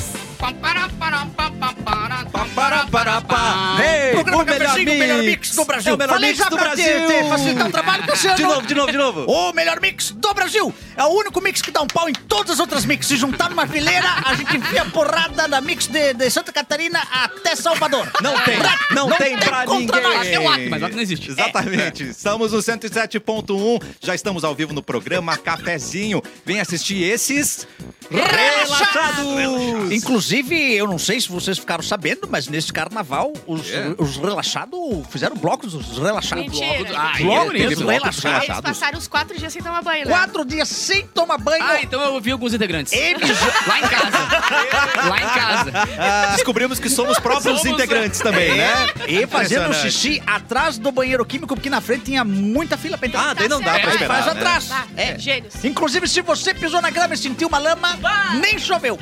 Brasil, o Ah. melhor mix do Brasil. É o melhor Falei mix já do pra te- Brasil. te facilitar o trabalho, Cassiano. De novo, de novo, de novo. O melhor mix do Brasil. É o único mix que dá um pau em todas as outras mix. Se juntar numa fileira, a gente enfia porrada na mix de, de Santa Catarina até Salvador. Não tem, não, tem, pra contra ninguém. nós. um É o Acme, mas o Acme não existe. Exatamente. Estamos no 107.1, já estamos ao vivo no programa Cafezinho. Vem assistir esses relaxados. Inclusive, eu não sei se vocês ficaram sabendo, mas nesse carnaval, os, É. os relaxados fizeram blocos dos relaxados. Mentira. Ah, Logo é, nisso, teve relaxados. Eles passaram os quatro dias sem tomar banho, né? Quatro dias sem tomar banho. Ah, então eu ouvi alguns integrantes. Eles Lá em casa. Lá em casa. Ah, Descobrimos que somos próprios Somos- integrantes é. também, né? E fazendo Impressionante. xixi atrás do banheiro químico, porque na frente tinha muita fila pra entrar. Ah, daí não dá certo. pra Aí esperar, faz né? atrás. Tá, É. Gênios. Inclusive, se você pisou na grama e sentiu uma lama, nem choveu.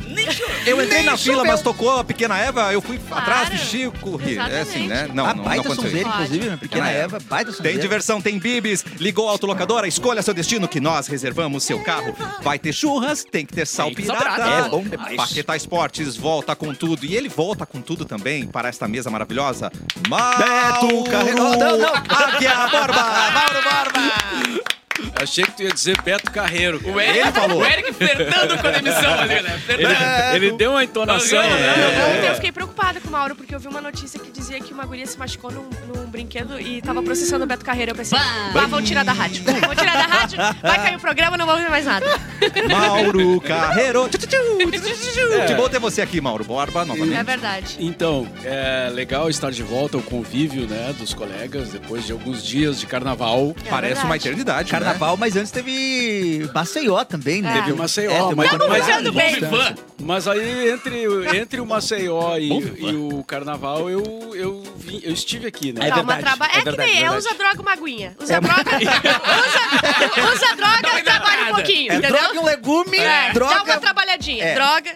Eu entrei Nem na fila, choveu. mas tocou a Pequena Eva, eu fui atrás de Chico. É Exatamente. assim, né? Não, a não, não Ah, baita aconteceu. É. sonzeira, isso. inclusive, minha pequena Ótimo. Eva, baita Tem sonzeira. diversão, tem bibis. Ligou a autolocadora, escolha seu destino que nós reservamos seu carro. Vai ter churras, tem que ter sal Tem que pirata. salpirata. É bom demais. Paquetá Esportes volta com tudo. E ele volta com tudo também para esta mesa maravilhosa. Mauro Carreiro. Não, não. Águia Borba. Mauro Borba. Achei que tu ia dizer Beto Carreiro. cara. O Eric, Ele falou. O Eric flertando com a demissão ali, né? Flertando. Ele, ele deu uma entonação. né? Ontem eu fiquei preocupada com o Mauro, porque eu vi uma notícia que dizia que uma guria se machucou num, num brinquedo e tava processando o Beto Carreira. Eu pensei, bah, vão tirar da rádio. Vão tirar da rádio, vai cair o programa, não vamos ver mais nada. Mauro Carreiro. Tchu, tchu, tchu, tchu, tchu, tchu. Que bom ter você aqui, Mauro Borba, novamente. É verdade. Então, é legal estar de volta ao convívio, né, dos colegas, depois de alguns dias de carnaval. É Parece uma verdade. eternidade, né? Carnaval, mas antes teve Maceió também, né? É. Teve o É, Maceió, teve mas, uma Tá mas, Tudo bem. Bom, Ivan. mas aí entre, o- entre o Maceió e, e o carnaval eu, eu, vim- eu estive aqui, né? Dá uma traba- É, verdade, que nem eu, verdade. usa droga uma aguinha. Usa droga, usa, usa droga, trabalha um nada. pouquinho, É, entendeu? droga um legume, É, dá uma droga... trabalhadinha. É. Droga.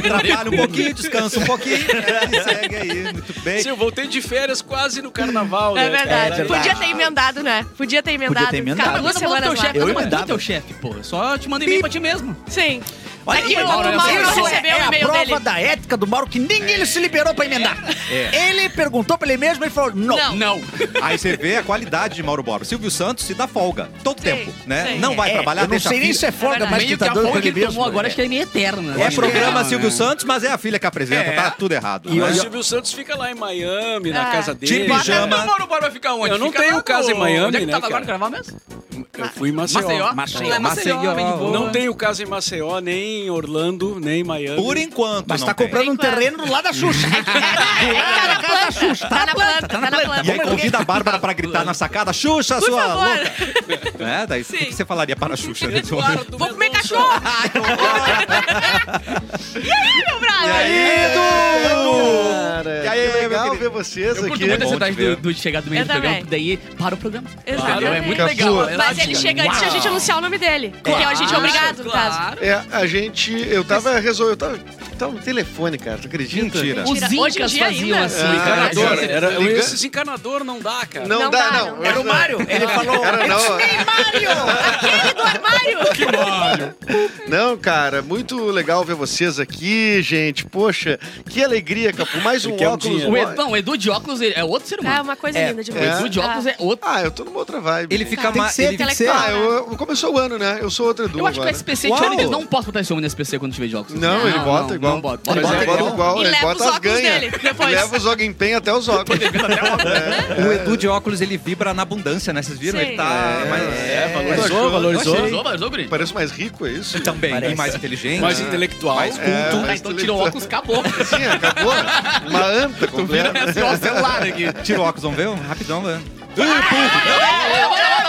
Trabalha um pouquinho, descansa um pouquinho. E segue aí, muito bem. Sim, eu voltei de férias quase no carnaval, É né? verdade. cara? Podia ter emendado, né? Podia ter emendado. ter Ficava emendado. duas Quando manda teu semanas lá. chefe, quando Eu manda mandava. teu chefe, pô. Só te manda e-mail pra ti mesmo. Sim. Olha É aqui, que o Mauro, Mauro não isso é, recebeu o é a e-mail prova dele. da ética do Mauro que nem ele se liberou pra emendar. Ele perguntou pra ele mesmo e falou, não. Não. Não. Aí você vê a qualidade de Mauro Borba. Silvio Santos se dá folga todo Sim, tempo, né? sim. Não vai É, trabalhar, eu não deixa a sei nem filha. se é folga, mas Meio que que a tá dando folga pra que ele ele mesmo. tomou agora, acho que é meio eterna. É programa é, Silvio Santos, mas é a filha que apresenta, tá tudo errado. E né? o Silvio Santos fica lá em Miami, na Ah. casa De dele. pijama. Mas o Mauro Borba vai ficar onde? Eu não Fica tenho lá no- casa em Miami, Onde é que né, tava agora cara? no carnaval mesmo? Eu fui em Maceió. Maceió. Maceió. É Maceió, bem de boa. Não tenho casa em Maceió, nem em Orlando, nem em Miami. Por enquanto, Mas não tá tem. comprando um Enquanto. terreno lá da Xuxa. Tá casa na da planta, Xuxa. Tá na planta, tá na planta. E aí convida a Bárbara pra gritar na sacada, Xuxa, Por sua favor. louca. Né? Daí o que que você falaria para a Xuxa? né? Vou comer cachorro. e aí, meu bravo? E aí, Edu? Cara, E aí, que meu legal querido? ver vocês Eu aqui. curto né? muito essa Bom te idade ver. do, do chegar do meio Eu do programa, também. daí para o programa. Exatamente. Claro, é muito Capu. legal. é Mas ele lógico. chega antes de a gente Uau. anunciar o nome dele. Porque a gente é obrigado, no caso. Claro. É, a gente. Eu tava resolvendo. Eu tava, tava no telefone, cara. É Tu acredita? Mentira. Os Hoje em incas dia faziam ainda. assim, É, Ah, cara. Encanador. cara, Era, liga- Esses encanador não dá, cara. Não, Não dá, dá, não. não. Era o Mário. Ele falou, Era não. Aquele do armário. Não, cara, muito legal ver vocês aqui, gente. Poxa, que alegria, Capu. Mais um Porque é um óculos. dinheiro. O no- Edu, não, o Edu de óculos ele é outro ser É humano. uma coisa É, linda de O ver. Edu de óculos é outro. Ah, eu tô numa outra vibe. Ele fica Tem que mais. ser, Ele tem fica que ser. Ah, eu, eu- começou o ano, né? Eu sou outro Edu Eu acho que o agora. SPC Uau. de eles não posso botar esse homem no SPC quando tiver de óculos. Não, ele bota igual. Não bota. Mas bota ele bota igual. igual, E ele leva os bota as óculos ganhas. dele depois. Leva os óculos em penha até os óculos. O Edu de óculos, ele vibra na abundância, né? Vocês viram? É. Sim. Ele tá. É. mais- É, Eu valorizou, achei. valorizou. Valorizou, valorizou, guri. Parece mais rico, é isso? Também. Parece. E mais inteligente. Mais intelectual. Mais culto. É, Tá, mas então tu- tirou o óculos, acabou. Sim, acabou. Uma anta completa. É só o celular aqui. um Tira o óculos, vamos ver? Rapidão, velho. Bota, bota, Ah,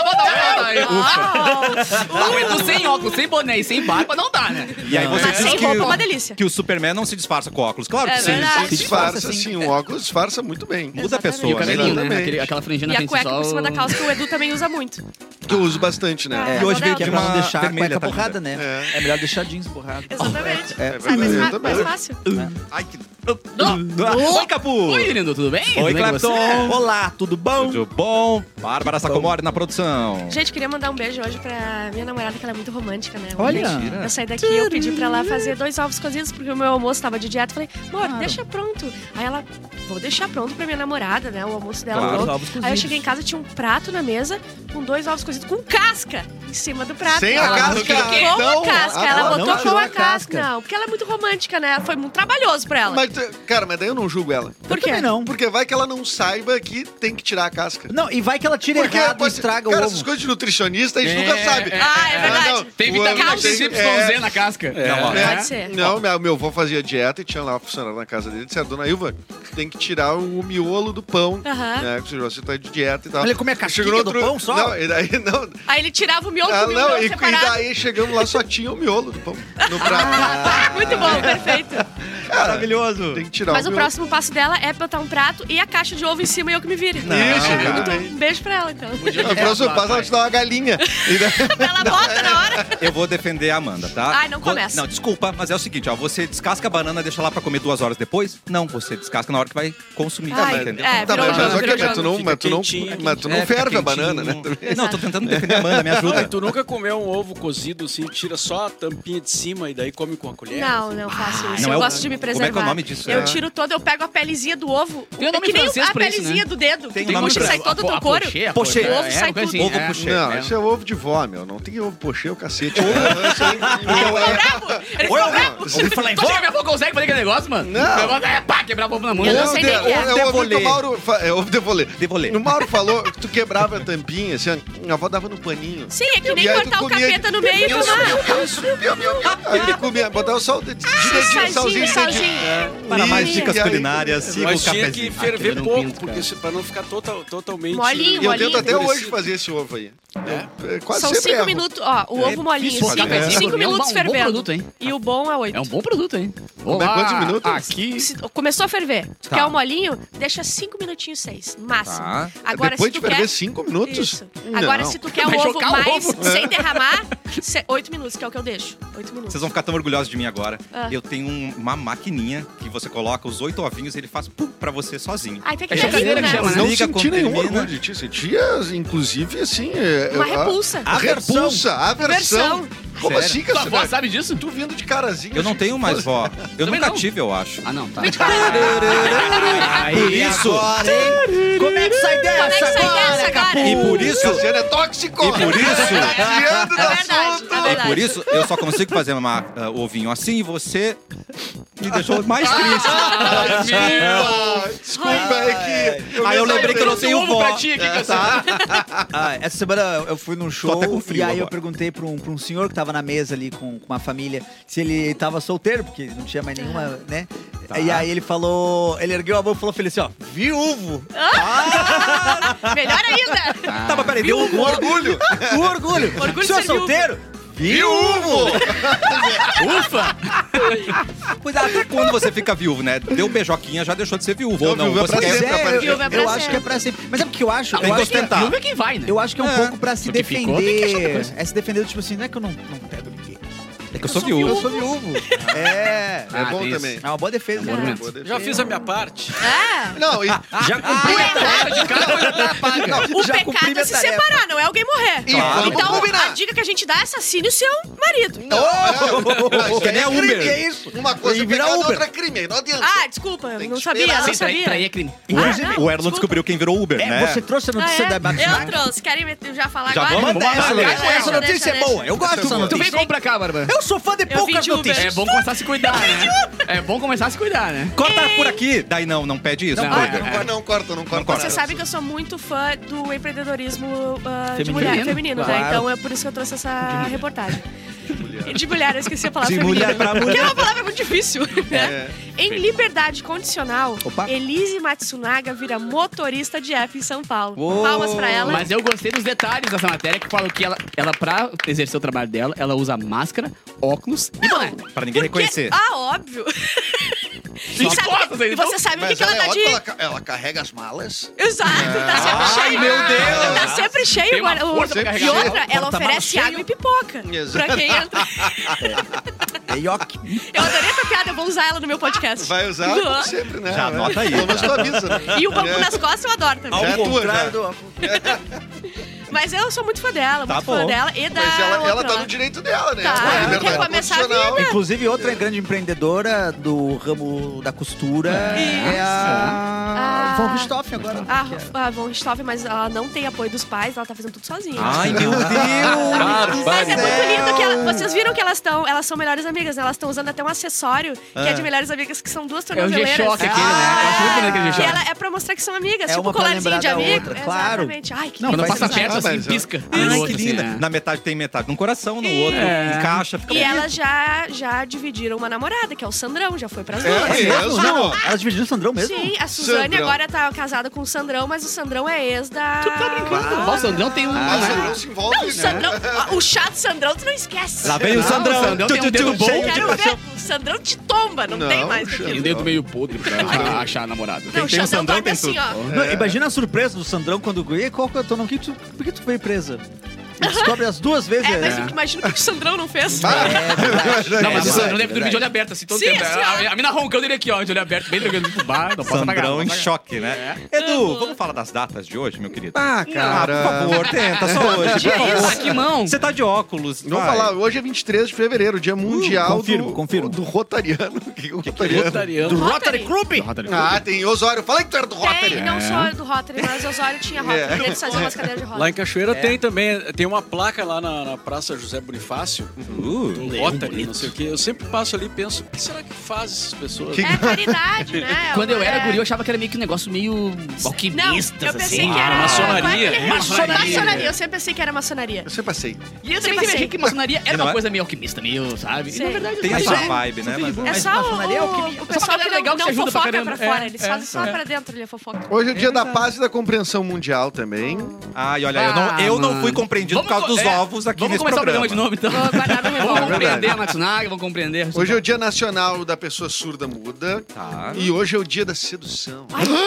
bota, bota. O Edu sem óculos, sem boné e sem barba não dá, né? E aí você Mas diz sem que, Ah, roupa, o- uma delícia. que o Superman não se disfarça com óculos. Claro É que sim. verdade. Se Disfarça, sim. O óculos disfarça muito bem. Muda a E Exatamente. o pessoa, né? cabelinho, né? Exatamente. Aquele- aquela franjinha E na a frente cueca só. por cima da o- calça que o Edu também usa muito. que eu uso bastante, né? É. E hoje veio Que de é pra uma não deixar a vermelha, cueca tá borrada, né? É. É melhor deixar jeans borrado. Exatamente. É, é Sai mais, verdade, rápido, também. mais fácil. Ai, que... Oh. Oi, Capu! Oi, lindo, tudo bem? Oi, Tudo bem com Clapton. você? Olá, tudo bom? Tudo bom? Bárbara Sacomori na produção. Gente, queria mandar um beijo hoje pra minha namorada, que ela é muito romântica, né? Um Olha. beijo. Eu saí daqui, eu pedi pra ela fazer dois ovos cozidos, porque o meu almoço tava de dieta. Falei, amor, deixa pronto. Aí ela, vou deixar pronto pra minha namorada, né? O almoço dela. Claro. novo. Dois ovos Aí eu cozidos. cheguei em casa, tinha um prato na mesa, com dois ovos cozidos, com casca em cima do prato. Sem a Ela- casca? Com Não. a casca, Ah, ela não botou tirou com a a casca. casca. Não, porque ela é muito romântica, né? Foi muito trabalhoso pra ela. Mas, tu- cara, mas daí eu não julgo ela. Por quê? Também não. Porque vai que ela não saiba que tem que tirar a casca. Não, e vai que ela tira Porque errado e pode- estraga cara, o essas ovo. coisas de nutricionista a gente É, nunca sabe. é, Ah, é Ah, verdade. não, Tem o vitamina ano- XYZ É, na casca. Não, É. Pode ser. Não, minha, meu avô fazia dieta e tinha lá uma funcionária na casa dele. Disse, a dona Ilva, tem que tirar o miolo do pão, Aham. né? Que você tá de dieta e tal. Ele come a casquinha Chegou no do pão só? Não, e daí não... Aí ele tirava o miolo Ah, do miolo não, e, e separado. daí chegamos lá, só tinha o miolo do pão no prato. Muito bom, perfeito. Maravilhoso. Tem que tirar Mas o miolo. próximo passo dela é botar um prato e a caixa de ovo em cima e eu que me vire. Isso, Então, cara. então, um beijo pra ela, então. O próximo passo ela te dá uma galinha. E daí- Ela bota na hora. Eu vou defender a Amanda, tá? Ai, não Vou- começa. Não, desculpa, mas é o seguinte, ó. Você descasca a banana, deixa lá pra comer duas horas depois? Não, você descasca na hora que vai consumir, Ai, entendeu? é, Tá, mas, virou mas, jogo, ok, virou mas tu jogo. não, mas tu não, Fica mas tu não É, fica ferve quentinho. a banana, né? Não, tô tentando defender a Amanda, me Não, ajuda. e tu nunca comeu um ovo cozido assim, tira só a tampinha de cima e daí come com a colher? Não, não faço isso. não é eu o- gosto de me como é que é preservar. o nome disso? Eu É. tiro todo, eu pego a pelezinha do ovo. Tem um é nome que nem francês a pra isso, pelezinha né? do dedo. Tem que nome puxa, sai francês. todo o teu couro. Pochê. O ovo coisa sai tudo. assim, Ovo é. pochê. Não, É. esse é ovo de vó, meu. Não tem ovo pochê, o cacete. Ovo, isso aí, não é- Ele Oi, ficou Amanda. bravo. Ouvi falar em Tu acha que vó? a minha avó consegue fazer aquele negócio, mano? Não. O negócio é pá, quebrar a bomba na mão. Eu não né? sei nem Ovo o que é. de- ovo de- Devolê. o Mauro fa- é ovo devolê. Devolê. O Mauro falou que tu quebrava a tampinha, assim, ó, a avó dava no paninho. Sim, é que nem E aí tu cortar o comia- né? capeta no meio e Isso, tomar. isso, piu, piu, piu. Aí ele comia, botava só o dedinho, Ah, Salzinho, dedinho, salzinho, assim, salzinho. dedinho. Para mais Ih, dicas e aí- culinárias, siga o Mas tinha cafezinho. Ah, que ferver não pouco, pinto, porque cara. se, pra não ficar total- totalmente... Molinho, E eu tento molinho. até hoje fazer esse ovo aí. Eu, é, quase São sempre cinco erro. minutos, ó, o ovo molinho, É difícil cinco, fazer. É. cinco É um bom- minutos um bom fervendo. produto, hein? E o bom é oito. É um bom produto, hein? Vamos é lá. quantos minutos? Aqui. Se começou a ferver, tu Tá. quer o molinho, deixa cinco minutinhos, seis, máximo. Tá. Agora, Depois se tu de ferver quer... cinco minutos? Isso. Agora, Não. É. se tu quer Vai o ovo chocar o mais, ovo. sem derramar, se- oito minutos, que é o que eu deixo. Oito minutos. Vocês vão ficar tão orgulhosos de mim agora. Ah. Eu tenho um- uma maquininha que você coloca os oito ovinhos e ele faz pum pra você sozinho. Ai, tem que É ter chocadeira aquilo, né? que chama, né? Não Liga senti quando nenhum termina. orgulho de ti. Sentia, inclusive, assim... é, Uma eu- a- repulsa. A repulsa, a Aversão. aversão. Como Sério? assim, Tua avó cara? sabe disso? Tu vindo de carazinho. Eu não assim, tenho mais vó. Eu Também nunca não. tive, eu acho. Ah, não, tá. Por isso, Agora, hein? Como é que sai dessa Como é que sai agora, dessa agora? Capu? e por isso, Cassiano é tóxico. E por É isso- Desviando tá do É verdade, assunto. é e verdade. por isso eu só consigo fazer uma, ah, o ovinho assim e você me deixou mais triste. Ah, Desculpa, é que... Aí eu me lembrei que eu não exaltei. tenho ovo vó. pra ti aqui, que eu sei. Ah, essa semana eu fui num show até com frio e aí eu agora. perguntei pra um, pra um senhor que tava na mesa ali com, com uma família se ele tava solteiro, porque não tinha mais Ah. nenhuma, né? E aí ele falou, ele ergueu a mão e falou pra ele assim, ó, viúvo, Ah. Melhor ainda. Tá, mas peraí, deu Com orgulho. com orgulho. Orgulho de Senhor ser solteiro? Viúvo. Ufa! Pois é, até quando você fica viúvo, né? Deu beijoquinha, já deixou de ser viúvo. Ou Não, não, viúvo é você pra Pois quer... sempre. é, eu, Viúvo é pra eu acho sempre. que é pra sempre. Mas sabe o que eu acho? Tem Eu que acho que, ostentar. Viúva é quem vai, né? eu acho que é um É. pouco pra se Porque ficou, tem que achar outra defender. coisa. É se defender, tipo assim, não é que eu não, não pego ninguém. É que eu sou viúvo. Eu sou viúvo. É. É Ah, bom tem também. É uma boa defesa. É um né? argumento. Boa defesa. Já fiz a minha parte. É. Não, e... Já cumpri a Fora de casa, já tá paga. O Já cumpri pecado minha é se tarefa. separar, não é alguém morrer. vamos então, combinar. Então, a dica que a gente dá é assassine o seu marido. Não, é, mas Que nem é a crime, Uber. é isso. Uma coisa Tem é que virar pecado, Uber. outra é crime. Não adianta. Ah, desculpa, eu Tem não que sabia, esperar. eu não Sim, trair, sabia. trair é crime. Inclusive, Ah, não, O Erlon desculpa. descobriu quem virou Uber, É, né? você trouxe a Ah, notícia é? da Eu Batman? trouxe, querem me- já falar Já agora? vamos? Manda essa, Deixa, cara. deixa, Essa notícia é deixa. boa. Eu gosto Essa dessa é boa. Tu vem notícia. como pra cá, Bárbara? Eu sou fã de Eu vim poucas de Uber. notícias. É bom começar a se cuidar, né? É bom começar a se cuidar, né? Corta por aqui. Daí não, não pede isso. Não, Uber. é. Não, corta, não corta, não corta. corta. Você sabe que eu sou muito fã do empreendedorismo ah, de Feminino. mulher, feminino, Claro. né? Então é por isso que eu trouxe essa reportagem. E De mulher, eu esqueci a palavra De feminino. mulher pra mulher. Que é uma palavra muito difícil. né? Em liberdade condicional, Opa. Elise Matsunaga vira motorista de app em São Paulo. Palmas pra ela. Mas eu gostei dos detalhes dessa matéria que falam que ela, ela pra exercer o trabalho dela, ela usa máscara, óculos e boné. Pra ninguém reconhecer. Ah, óbvio. E sabe- costas, e então. você sabe o que, Mas que ela ela é dá de. ótima, ela ca- ela carrega as malas. Exato, tá sempre cheia. meu Deus. Tá sempre sempre cheio. Tem uma agora, o- força pra e carregar. outra, Quando ela tá mal oferece cheio. água e pipoca. Exato. Pra quem entra. É yoke. Eu adorei essa piada, eu vou usar ela no meu podcast. Vai usar Não. como sempre, né? Já anota aí. Pelo menos tu avisa. né? E o bambu É. nas costas eu adoro Ao também. Já é tua, contrário já. do... Mas eu sou muito fã dela, Tá muito bom. fã dela e da Mas ela, ela outra tá lá. no direito dela, né? Tá. Ela tem Quer liberdade começar a constitucional. Inclusive, outra grande empreendedora do ramo da costura é a Ah. Von Richthofen agora. A, a Von Richthofen, ah, mas ela não tem apoio dos pais, ela tá fazendo tudo sozinha. Ai, meu Ah, Deus! Mas é muito Céu. lindo que ela- vocês viram que elas estão, elas são melhores amigas, né? Elas estão usando até um acessório que é de melhores amigas, que são duas É o tornozeleiras. Ah, G-Shock aquele, né? Eu acho muito bonito aquele Que G-Shock. ela é pra mostrar que são amigas, É tipo uma pra colarzinho lembrar de da amigo. outra, claro. Exatamente. Ai, que Não, Quando faz passa sentido. perto, Ah, assim, mas- pisca. no Ai, que outro, assim, linda. é. Na metade tem metade. Num coração, no outro. É. Encaixa, fica E elas já, já dividiram uma namorada, que é o Sandrão, já foi pras duas. É mesmo? Não, elas dividiram o Sandrão mesmo? Sim, a Suzane Sandrão. agora tá casada com o Sandrão, mas o Sandrão é ex da. Tu tá Ah. Ó, o Sandrão tem um... Mas né? você não se envolve, Não, o né? Sandrão. O chato Sandrão, tu não esquece. Lá vem o Não, Sandrão. o Sandrão tem um Tu, tu, tu, dedo bom. cheio de Quero ver. paixão. O Sandrão te tomba, não, Não, tem mais. o aquilo. Tem um o dedo meio podre pra achar a namorada. Não, tem o Sandrão, dorme tem assim, tudo. ó. Não, Imagina a surpresa do Sandrão quando. E qual que é o teu nome? Que tu- Por que tu veio presa? Ele descobre as duas vezes. É, mas né? eu imagino que o Sandrão não fez. É verdade. Não, mas É o Sandrão verdade, deve dormir de olho aberto, assim, todo Sim, tempo. assim, ó. a, a mina roncando ele aqui, ó, de olho aberto, bem tranquilo, pro bar, não passa apagar, Sandrão não em passa apagar. É. choque, né? Edu, vamos falar das datas de hoje, meu querido? Ah, Ah, por cara. favor, tenta, só hoje. Que por favor. Ah, que mão! Você tá de óculos. Vamos vai. falar, hoje é 23 de fevereiro, dia mundial confirmo, do, confirmo. do Rotariano. O que que é o Rotariano? Do Rotariano. Rotary Rotary. Club? Ah, tem Osório. Fala que tu era do Rotary. Tem, não só do Rotary, mas Osório tinha Rotary. É. Eles faziam umas cadeiras de Lá Rotary. em Cachoeira tem também, tem uma placa lá na, na Praça José Bonifácio, Uh, do Rotary, não sei o quê. Eu sempre passo ali e penso, o que será que faz essas pessoas? Que- É caridade, né? Quando eu era É. guri, eu achava que era meio que um negócio meio Não, alquimista, eu pensei assim. que era... Ah, maçonaria. como é que ele- Maçonaria. Maçonaria, eu sempre pensei que era maçonaria. Eu sempre passei. E eu Sempre também achei. achei que maçonaria era Não uma é? coisa meio alquimista, meio, sabe? E, Sei. na verdade, tem eu essa sou- vibe, né? Mas, É mas- só o, maçonaria é alquimista. o pessoal Só que pra não, legal que não te ajuda pra fofoca pra, caramba. fora. É, Eles é, fazem só é. pra dentro ali a fofoca. Hoje é dia da paz e da compreensão mundial também. Ai, olha, eu não, eu não fui compreendido por causa co- dos é, ovos aqui Ah, Vamos nesse começar programa. o programa de novo, então. Vou guardar no Vamos revólver. compreender a Matsunaga, vamos compreender. Hoje é o dia nacional da pessoa surda muda. Tá. E hoje é o dia da sedução. Ai, para!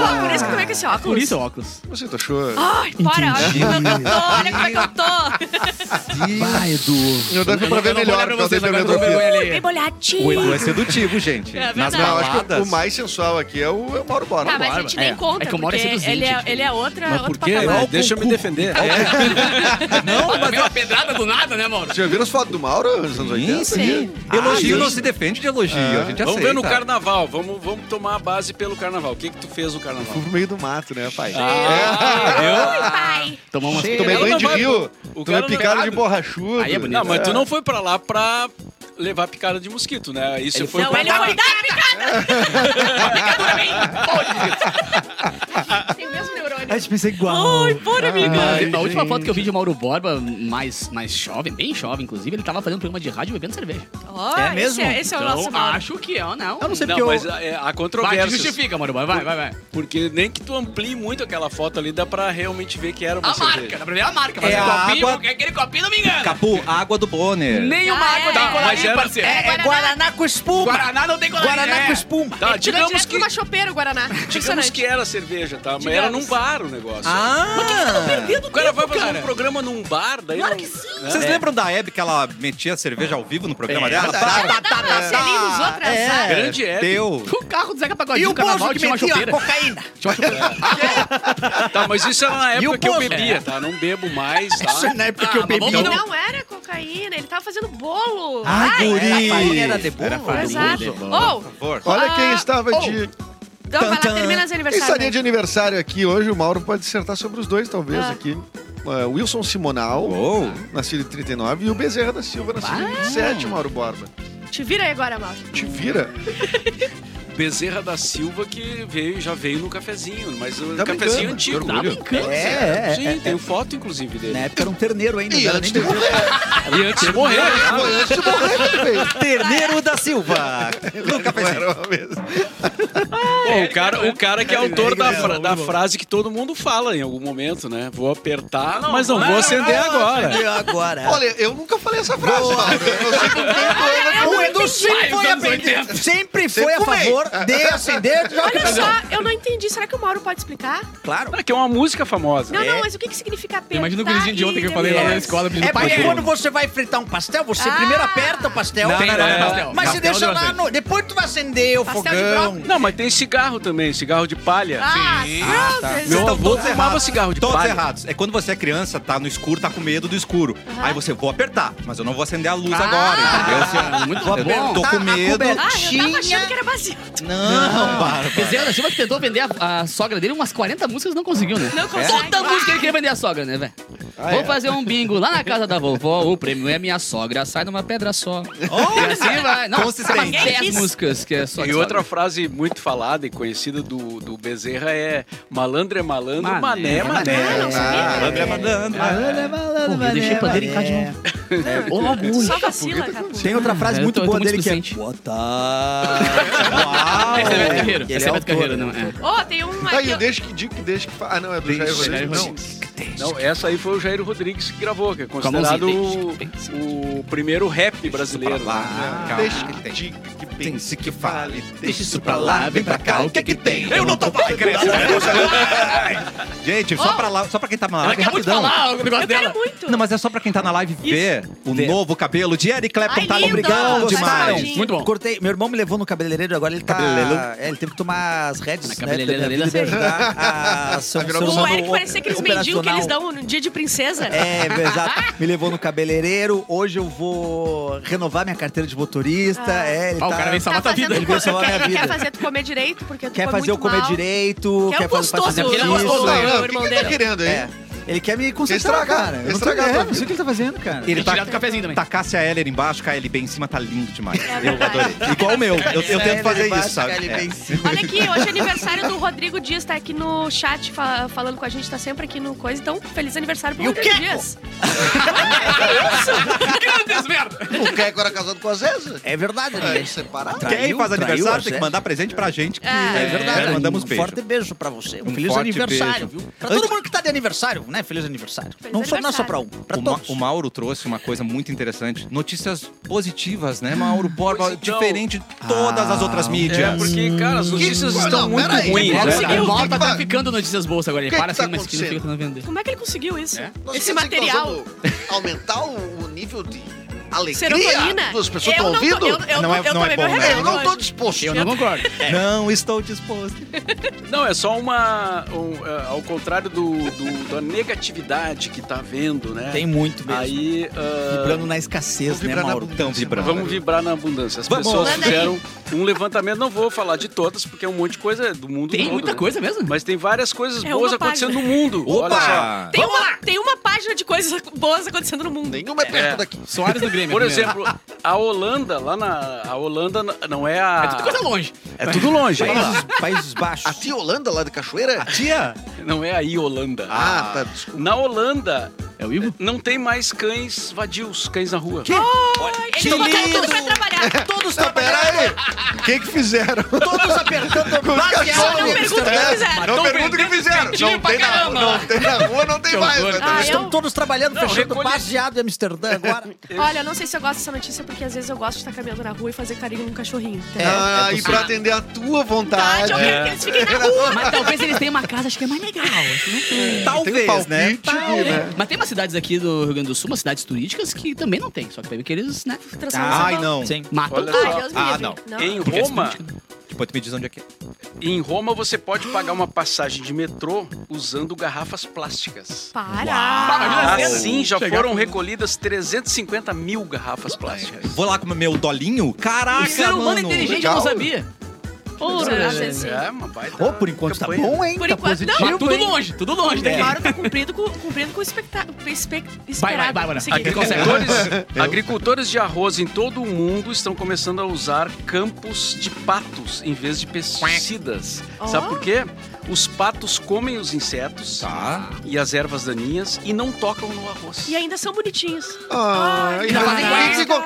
Pô, Por isso que eu tomei com esse óculos. Por isso, óculos. Você tá achou? Ai, para, olha como eu tô, olha como é que eu tô. Vai, Edu. Não dá pra eu não ver vou olhar melhor, pra por causa vocês da agora, eu tô com vergonha Bem hipermetropia. ali. O Edu bolhadinho. é sedutivo, gente. É Nas verdade. Não, acho que o baladas. mais sensual aqui é o, é o Mauro Borba. Tá, mas a gente É, nem é conta, que o Mauro porque é seduzente, ele, é, gente. ele é outra, Mas por outro quê? patamar. né? Deixa eu me defender. É, Não, mas deu uma pedrada do nada, né, Mauro? Vocês já viram as fotos do Mauro nos anos 80? Sim. Elogio Ah, não gente. se defende de elogio. Ah. A gente Vamos aceita. ver no carnaval, vamos, vamos tomar a base pelo carnaval. O que que tu fez no carnaval? Fui pro meio do mato, né, pai? Ah. Oi, pai. Tomou uma... É. Tomei Ela banho não de vai- rio, o cara tomei não- picada de errado. borrachudo. Aí é bonito. Não, Ah, mas tu não foi pra lá pra levar picada de mosquito, né? Isso foi Não, pra ele lá. foi dar picada. Tem o mesmo A neurônio. gente pensa igual. Ai, bora, amiga. Na última foto que eu vi de Mauro Borba, mais, mais jovem, bem jovem, inclusive, ele tava fazendo um programa de rádio bebendo cerveja. Ó, É esse mesmo? é- Esse é o Então, nosso Mauro. acho que é, não. Eu não sei Não, porque mas eu... é, há Vai, te controvérsias. justifica, Mauro Borba. Vai, vai, vai. Porque nem que tu amplie muito aquela foto ali, dá pra realmente ver que era uma A marca, cerveja. dá pra ver a marca. Mas É o a copinho, água- aquele copinho não me engana. Capu, água do Bonner. Nem uma Ah, água tem é. Tá, mas colarinho, era- parceiro. É, é Guaraná com espuma. Guaraná não tem colarinho. Guaraná é. com espuma. Tá, Ele tirou digamos direto que, de uma chopeira o Guaraná. digamos Impressionante. que era cerveja, tá? Mas Digamos. era num bar o negócio. Ah! Tá, o cara vai fazer cara. um programa num bar, daí não... né? Vocês lembram da Hebe que ela metia cerveja ao vivo no programa É, dela? tá, Ela dava uma selinha nos outros, azar. Grande Hebe. Deu. O carro do Zeca Pagodinho, E o no carnaval, povo que tinha uma metia chopeira. cocaína. Tinha uma chopeira. Tá, mas isso era na E o época que eu povo? bebia, tá? Não bebo mais, Isso é tá? na época Ah, que eu mas bebi. vamos E Então- não era cocaína, ele tava fazendo bolo. Ai, Era farinha, era guri. de bolo? Exato. de bolo. Ou, Por favor. Olha Ah, quem estava oh. de... então vai lá, Tan, tan. termina os Quem estaria aniversários. né? de aniversário aqui hoje, o Mauro pode dissertar sobre os dois, talvez, Ah. aqui. Ah, Wilson Simonal, nascido em 39, e o Bezerra da Silva, nascido em 27, Mauro Borba. aí. Te vira aí agora, Mauro. Te vira? Bezerra da Silva que veio, já veio no cafezinho, mas o Tá cafezinho brincando, antigo. que orgulho. Tá brincando, É, Zé. é, Sim, é, tem foto, inclusive, dele. Na época era um terneiro ainda. E não era antes de nem morrer. E antes de morrer, né? Foi antes de morrer também. assim. Terneiro da Silva. No cafezinho. Era uma vez. Pô, o, cara, o cara que é autor da, fra- da frase que todo mundo fala em algum momento, né? Vou apertar, mas não vou acender agora. Entendeu agora. É. Olha, eu nunca falei essa frase, Mauro. Eu não sei como O Edu Vai, sempre os foi, anos a- 80. sempre foi a fumei. favor Desce, dentro, joga. Olha só, eu não entendi. Será que o Mauro pode explicar? Claro. Cara, que é uma música famosa. Não, não, mas o que, que significa apertar Imagina o gurizinho de ontem que eu falei lá na depois? escola pedindo É pastel. porque quando você vai fritar um pastel, você Ah. primeiro aperta o pastel. Não, não, não, não, pastel. Mas se Pastel deixa de lá, vocês. no- depois tu vai acender o Pastel de fogão. brócolis. Não, mas tem cigarro também, cigarro de palha. Ah, meu Deus. Meu avô todos fumava errados. cigarro de Todos palha. errados. É quando você é criança, tá no escuro, tá com medo do escuro. Aí você, vou apertar, mas eu não vou acender a luz agora, entendeu? assim, Ah, muito Eu bom. tô com medo. Ah, eu tava achando que era vazio. Não, Bezerra da Silva que tentou vender a, a sogra dele umas 40 músicas não conseguiu, né? Não consegue. Toda música que ele queria vender a sogra, né, velho? Ah, é. Vou fazer um bingo lá na casa da vovó, o prêmio é minha sogra, sai numa pedra só. e assim vai. Não, Consistente. umas Ninguém 10 quis. músicas que é só E outra frase muito falada e conhecida do, do Bezerra é malandro é malandro, Mané, mané é mané. Ah, não sabia. André mandando. Ah, Porra, eu deixei pra dele em casa de novo. Ô, orgulho. Só vacila, cara. Tem outra frase Eu muito tô- eu tô boa muito dele que é... displicente. Boa tarde. Uau. Essa é Beto Carreiro. Ele Essa é o Beto autor, Carreiro, né? não. É. Ô, tem um Ah, aqui, e ó. o deixa que digo que deixa que fa... Ah, não, é do Jair Jair Rodrigues. Não. Não, essa aí foi o Jair Rodrigues que gravou, que é a mãozinha, considerado o, tem que ser. o primeiro rap brasileiro. pra lá. né? Calma, Deixa que que tem. diga que Pense pense que que fale, fale. deixa isso pra lá, vem pra cá, o que que tem? Eu não tô falando cresce. Gente, só pra lá, só pra quem tá na Ela live, acabou de rapidão. falar o negócio Eu quero dela. muito. Não, mas é só pra quem tá na live ver o Ver. novo cabelo de Eric Clapton. Ai, tá lindo! obrigado Gostaram? demais. Sim. Muito bom. Cortei. Meu irmão me levou no cabeleireiro, agora ele tá. Cabeleireiro? É, ele teve que tomar as rédeas Na né, da minha cabeleireira, vida e sim. ajudar a ser um ser A virar um humano O Eric parece aqueles mendigos que operacional. eles dão no dia de princesa. É, exato. Me levou no cabeleireiro. Hoje eu vou renovar minha carteira de motorista. Ah. É, ele Ó, o tá- cara vem salvar Tá tua fazendo vida. Ele veio co- salvar minha quer- Quer vida. fazer tu comer direito, porque tu Quer foi fazer eu muito comer mal. direiro, Que é quer um fazer pra fazer gostoso, fiz. ele é um Não, gostoso, não, né? o não, o que irmão que ele tá dele. querendo aí? É. Ele quer me concentrar, estragar, cara. quer Eu não estragar sei- a é, tua não sei o que ele tá fazendo, cara. Ele Tem que tirar do cafezinho também. Tá Cássia Heller embaixo, KLB em cima, tá lindo demais. É eu verdade. adorei. Igual o meu. Eu, eu tento fazer Ele isso, sabe? bate, É. ele vem em cima. Olha aqui, hoje é aniversário do Rodrigo Dias, tá aqui no chat fa- falando com a gente, tá sempre aqui no coisa. Então, feliz aniversário pro E o Rodrigo quê? Dias. Deus, merda. O Keco era casado com a Zezé. É verdade, É, né? separado. Quem Traiu, faz traiu aniversário a tem que Zé. mandar presente pra gente. Que É, É verdade. né? Mandamos um beijo. forte beijo pra você. Um, Um feliz forte beijo. aniversário, viu? Pra todo mundo que tá de aniversário, né? Feliz aniversário. Feliz não só não é só pra um, aniversário. pra o, Ma- todos. o Mauro trouxe uma coisa muito interessante. Notícias positivas, né, Mauro Borba? Pois então. Diferente de todas as outras É, mídias. porque, cara, as notícias Não, estão muito peraí, ruins, é né? conseguiu, Conseguiu. cara? o que Volta, que tá vai- ficando notícias boas agora. Ele Que que para tá assim, mas que não fica tentando vender. Como é que ele conseguiu isso? Nós Esse quer dizer que material. nós vamos Aumentar o, o nível de alegria Serotonina? das pessoas que eu não estão tô- ouvindo? Eu, eu, Não é- não, eu não é tomei bom, meu né? remédio. Eu não tô hoje. disposto. Eu não concordo. Não estou disposto. Não, é só uma. um, é, ao contrário do, do- da negatividade que tá vendo, né? Tem muito mesmo. Aí. ah, Vibrando na escassez, né, vou vibrar na Mauro? Então, vibrando. Vamos vibrar na abundância. As Vamos. pessoas Manda aí. fizeram um levantamento, não vou falar de todas, porque é um monte de coisa do mundo Tem todo, muita né? coisa mesmo. Mas tem várias coisas É boas uma acontecendo página. no mundo. Olha Opa! Tem uma, tem uma página de coisas boas acontecendo no mundo. Nenhuma é perto daqui. Soares do só. Grêmio. Por primeiro. exemplo, a Holanda, lá na. A Holanda não é a. É tudo coisa longe. É tudo longe. Países, Países Baixos. A tia Holanda lá de Cachoeira? Tia! Não é aí Holanda. Ah, tá, desculpa. Na Holanda, É o Ivo? não tem mais cães vadios, cães na rua. Eles estão botando tudo pra trabalhar. Todos Não, pera trabalhando, aí. O que que fizeram? todos apertando o Só não pergunta o que Não, fizeram. Tão pergunta o que perdendo fizeram. peitinho Não pra tem, na, caramba. não tem na rua, não tem Que mais. horror, né? cara. Estão Ah, eu- todos trabalhando, Não, fechando recolhe- passeado em Amsterdã agora. Olha, não sei se eu gosto dessa notícia, porque às vezes eu gosto de estar caminhando na rua e fazer carinho num cachorrinho. entendeu? é Ah, e possível. pra atender a tua Verdade, vontade. eu quero que é eles fiquem na rua. Mas talvez eles tenham uma casa, acho que é mais legal. assim, não tem. Talvez, né? palpite, né? Mas tem umas cidades aqui do Rio Grande do Sul, umas cidades turísticas que também não tem. Só que tem que eles, né, Transformação. Ai, não. Sim. matam Olha tudo. só. Ai, Deus me Ah, livre. não. Em Porque Roma, é turístico. Depois tu me diz onde é que é. em Roma você pode pagar uma passagem de metrô usando garrafas plásticas. Ah, Para. Assim, já foram recolhidas 350 mil garrafas plásticas. Vou lá com o meu dolinho? Caraca, O ser humano mano. inteligente legal. eu não sabia. Porra, às vezes sim. É, uma baita. Ô, por enquanto tá campanha. bom, hein? Por tá enquanto, não. positivo, Mas tudo hein? longe, tudo longe O daqui. Mauro tá cumprindo com, cumprindo com o especta- Vai, espe- vai, esperado. Bárbara. Seguinte. Aqui consegue. Agricultores, agricultores de arroz em todo o mundo estão começando a usar campos de patos em vez de pesticidas. Sabe Ó. por quê? Os patos comem os insetos Tá. e as ervas daninhas e não tocam no arroz. E ainda são bonitinhos. Ah, e Ai, fazem cara. quicks e co-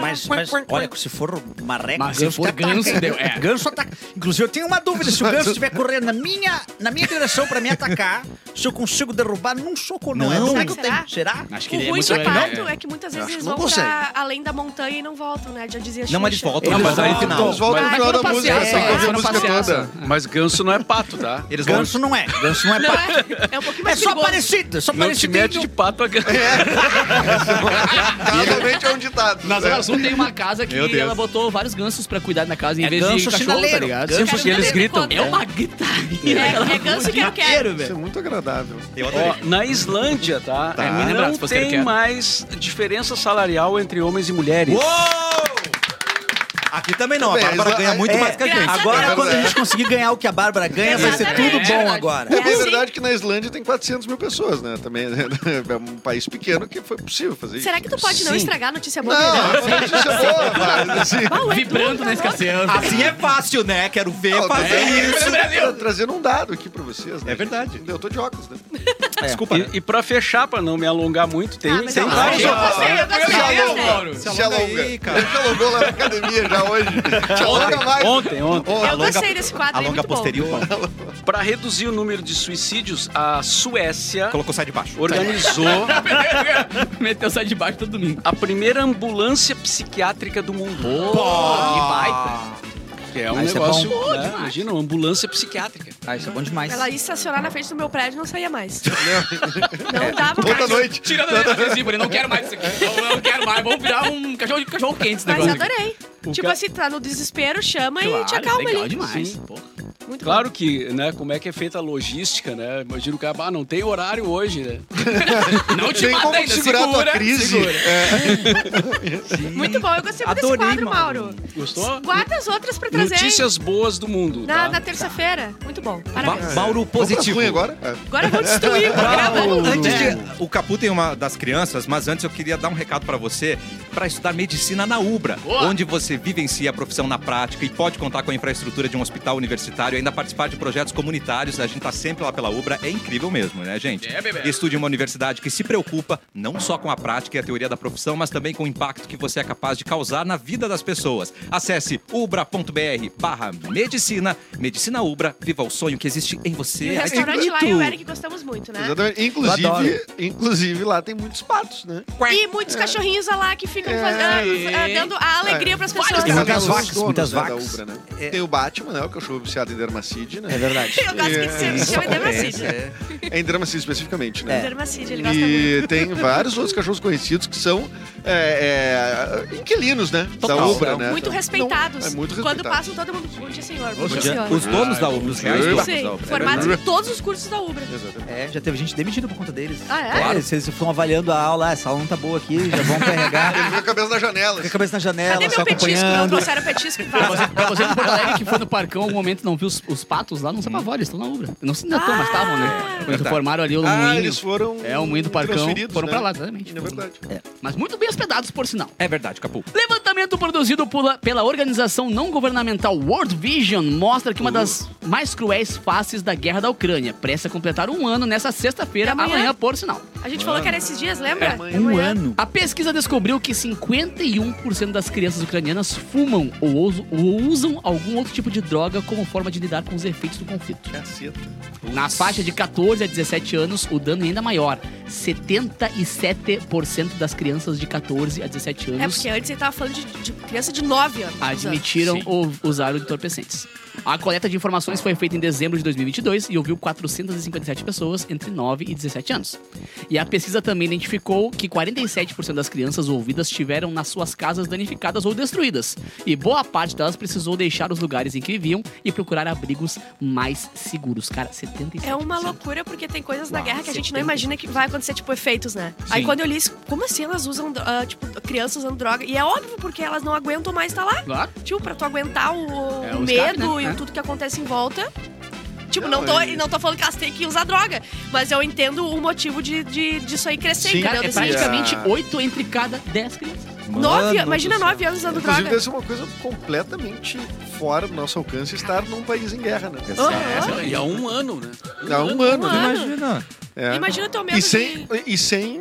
Mas, mas, olha, se for marreco, Mas se ganso for te ataca, ganso, hein? deu. É, O ganso ataca. Inclusive, eu tenho uma dúvida: se o ganso estiver correndo na minha, na minha direção pra me atacar, se eu consigo derrubar num soco, não. Não. É será que eu Será? tenho? Será? Acho que O ele é ruim muito do né? pato legal. é que muitas vezes acho eles que não vão pra consegue. além da montanha e não voltam, né? Já dizia Não, mas eles Xuxa. voltam. Eles é Não, mas aí voltam. final. Eles voltam Mas no final foram da música, passear eles têm que só, ouvir a foram música passear toda. Mas ganso não é pato, tá? Eles vão. Ganso não é. Ganso não é pato. É um pouquinho É mais só perigoso. parecido, é só Não te parecido. mete de pato a ganso. Claramente é um ditado. Na Zona Sul tem uma casa que Meu Deus. ela botou vários gansos pra cuidar na casa em É vez ganso de cachorro, tá sinaleiro. ligado? Ganso Sim, Cara, porque eu eles não lembro gritam. quando, É uma né? gritaria. É, é ganso que eu quero. Isso é muito agradável. Eu Ó, adorei. na Islândia, tá? Tá. Me lembra, Não se você tem quer. mais diferença salarial entre homens e mulheres. Uou! Aqui também não, a Bem, Bárbara exa- ganha muito é. mais que a Graças gente. a Agora, Deus. quando a gente conseguir ganhar o que a Bárbara ganha, vai ser tudo Exatamente. bom agora. É bem assim. verdade que na Islândia tem 400 mil pessoas, né? Também é um país pequeno que foi possível fazer isso. Será que tá tu pode não Sim. estragar a notícia boa? Não, a notícia é boa, mas assim... Vibrando na escasseã. Assim é fácil, né? Quero ver tá fazer isso. Tô trazendo um dado aqui pra vocês, né? É verdade. Eu tô de óculos, né? Desculpa. E, e pra fechar, pra não me alongar muito, tem, Ah, mas tem eu vários. sei, eu gostei, eu gostei, eu gostei. Se alonga. Tá aí, cara. Ele se alongou lá na academia já hoje. Se alonga mais. Ontem, ontem. Eu gostei desse quadro, é Alonga muito bom. posterior. Pra reduzir o número de suicídios, a Suécia Colocou sai de baixo. organizou Meteu sai de baixo todo domingo. a primeira ambulância ppsiquiátrica do mundo. Que baita. Que é um Mas isso é negócio. bom. né? Imagina, uma ambulância psiquiátrica. Ah, isso é bom demais. Ela ia estacionar na frente do meu prédio e não saía mais. Não dava É, Toda mais. noite. Tirando a minha assim, eu não quero mais isso aqui. Eu não quero mais. Vamos virar um cachorro, cachorro quente esse Mas negócio. adorei. Tipo ca- assim, tá no desespero, chama e te Claro, acalma legal ali. demais. pô. Muito Claro que, né, como é que é feita a logística, né? Imagina o cara, ah, não tem horário hoje, né? Não te Tem mata como ainda, segurar a segura, tua crise. segura. bom. Muito bom. Eu gostei muito desse Adorei, quadro, Mauro. Gostou? Guarda as outras pra trazer. Notícias boas do mundo. Na, Tá? na terça-feira. Muito bom. Parabéns. Ma- Mauro Positivo. positivo. agora? É. Agora eu vou destruir o programa. Antes de, o Capu tem uma das crianças, mas antes eu queria dar um recado pra você pra estudar medicina na Ubra, Boa. onde você vivencia a profissão na prática e pode contar com a infraestrutura de um hospital universitário, ainda participar de projetos comunitários. A gente tá sempre lá pela Ubra, é incrível mesmo, né, gente? É, bebê. Estude em uma universidade que se preocupa não só com a prática e a teoria da profissão, mas também com o impacto que você é capaz de causar na vida das pessoas. Acesse ubra.br/medicina, medicina Ubra, viva o sonho que existe em você. E o Ai, que restaurante lá, É, eu e bonito. o Eric gostamos muito, né? Exatamente. Inclusive, inclusive, lá tem muitos patos, né? E muitos cachorrinhos lá que ficam É. fazendo, ah, dando a alegria pras pessoas. Tem Cada um muitas dos vacas, donos, muitas né, da vacas. Ubra, né? Tem o Batman, né? O cachorro viciado em dermacide, né? É verdade. Eu gosto que É, se isso chama Dermacide. É em dermacide especificamente, É. né? Dermacide, ele gosta muito. E tem vários outros cachorros conhecidos que são é, é, inquilinos, né? da Total. Ubra, São né? Muito Não, respeitados. é muito Quando respeitado. passam, todo mundo. Bom dia, senhor. Bom Bom dia, dia. senhor. Os donos da Ubra, os reais Sim. donos Sim, da Ubra. formados em todos os cursos da Ubra. Exatamente. É, já teve gente demitida por conta deles. Ah, é? Claro, vocês estão avaliando a aula, ah, essa aula não tá boa aqui, já vão carregar. Ele fica com a cabeça na janela. Ah, Fica a cabeça na Cadê janela, só meu petisco? Não acompanhando. trouxeram petisco? Pra você, pra você de Porto Alegre que foi no Parcão, um momento não viu os, os patos lá, não se apavore, eles estão na Ubra. Eu Não sei se ainda estão, mas estavam, né? Quando verdade. formaram ali o Ah, moinho. eles foram. É, o moinho do Parcão. transferidos, Foram né? pra lá, exatamente. É verdade. Mas muito bem hospedados, por sinal. É verdade, Capu. Levantamento produzido pela, pela organização não governamental World Vision mostra que uma das mais cruéis faces da guerra da Ucrânia, presta a completar um ano nessa sexta-feira, É amanhã? amanhã. por sinal. A gente falou que era esses dias, lembra? É Um amanhã. ano. A pesquisa descobriu que 51% das crianças ucranianas fumam ou, us- ou usam algum outro tipo de droga como forma de lidar com os efeitos do conflito. Caceta. Na faixa de 14 a 17 anos, o dano é ainda maior. 77% das crianças de 14 a 17 É anos porque antes ele tava falando de, de criança Ah, de 9 anos. né? admitiram Sim. ou usar entorpecentes. A coleta de informações foi feita em dezembro de 2022 e ouviu 457 pessoas entre 9 e 17 anos. E a pesquisa também identificou que 47% das crianças ouvidas tiveram nas suas casas danificadas ou destruídas. E boa parte delas precisou deixar os lugares em que viviam e procurar abrigos mais seguros. Cara, 77%. É uma loucura porque tem coisas na Uau, guerra que a gente não 70%. imagina que vai acontecer, tipo, efeitos, né? Aí Sim. quando eu li isso, como assim elas usam, ah, tipo, crianças usando droga? E é óbvio porque elas não aguentam mais estar lá. Claro. Tipo, pra tu aguentar o, É, o o escape, medo né? e É. tudo que acontece em volta. Tipo, Não, não, tô, e- não tô falando que elas têm que usar droga, mas eu entendo o motivo de, de, disso aí crescer, Sim, entendeu? Cara, é Desse- pra- praticamente 8 entre cada 10 crianças. nove, Mano imagina do céu. 9 anos usando Inclusive, droga. deve ser uma coisa completamente fora do nosso alcance estar num país em guerra, né? Aham. tá? E há um ano, né? Há um Um ano, ano. né? Imagina. É. Imagina o teu medo E sem, de... e sem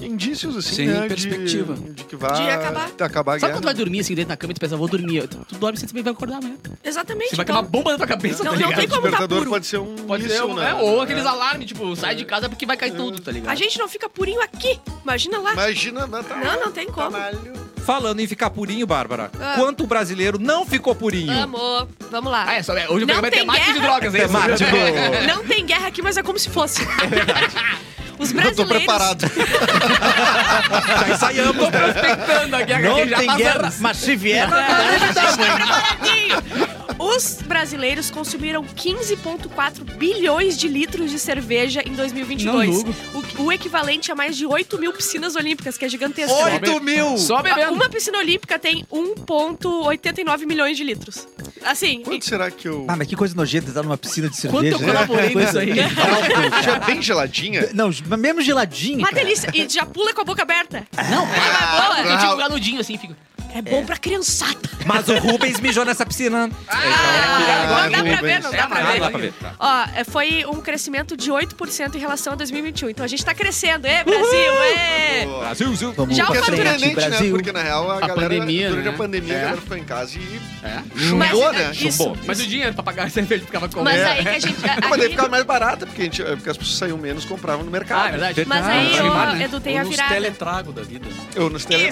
indícios, assim, Sem né, de- perspectiva. De, que vai De acabar. acabar a Sabe guerra. quando tu vai dormir assim, dentro da cama e tu pensa, vou dormir. Tu, tu dorme e você vai acordar amanhã. Exatamente. Você vai cair então. uma bomba na tua cabeça, Não, tá não ligado? tem como tá Ah. despertador puro. pode ser um Pode ser, míssil, um- né? é, ou aqueles alarmes, tipo, sai de casa porque vai cair tudo, tá ligado? A gente não fica purinho aqui. Imagina lá. Imagina, né? Tá, Não, não tem como. Caralho. Falando em ficar purinho, Bárbara, Ah. quanto o brasileiro não ficou purinho? Amor, vamos lá. Ah, é, só, é, hoje o Não programa é tem temático de guerra. drogas, é isso? Temático. Não tem guerra aqui, mas é como se fosse. Os Eu brasileiros. tô preparado. Já ensaiamos, né? Prospectando a guerra Não que já tá tem passa- guerra, mas se vier, É, Preparadinho. Os brasileiros consumiram 15,4 bilhões de litros de cerveja em 2022. Não O, o equivalente a mais de 8 mil piscinas olímpicas, que é gigantesco. 8 mil! Só Tá bebendo. Uma piscina olímpica tem 1,89 milhões de litros. Assim, Quanto será que eu... Ah, mas que coisa nojenta dar numa piscina de Quanto cerveja. né? eu colaborei nisso aí. Ah. Tinha bem geladinha? Não, mas mesmo geladinho. uma cara. delícia. E já pula com a boca aberta. Não, para, Ah, boa. eu tipo um ganudinho assim, fico. É bom pra criançada. Mas o Rubens mijou nessa piscina. Ah, Ah, não dá pra ver, Rubens. não É, Ah, dá pra não ver. dá pra ver. tá. Ó, é, foi um crescimento de 8% em relação a 2021. Então a gente tá crescendo, é, Brasil, é! Pô, Brasil, Zil. Vamos Já o pra Que é Alfa frente, surpreendente, né? Brasil. Porque, na real, a, A galera... pandemia, durante né? a pandemia, É. a galera ficou em casa e... É. Chumbou, Mas, né? isso. Chumbou. Mas o dinheiro pra pagar a cerveja ficava com Mas aí que a gente. a- Não, Mas daí aí- ficava mais barata, porque, a gente, é, porque as pessoas saíam menos e compravam no Ah, é mercado. verdade. Mas Ah, aí, tá ó, animado, Edu, tem a Ou nos virada. teletrago da vida. né? Eu nos tele...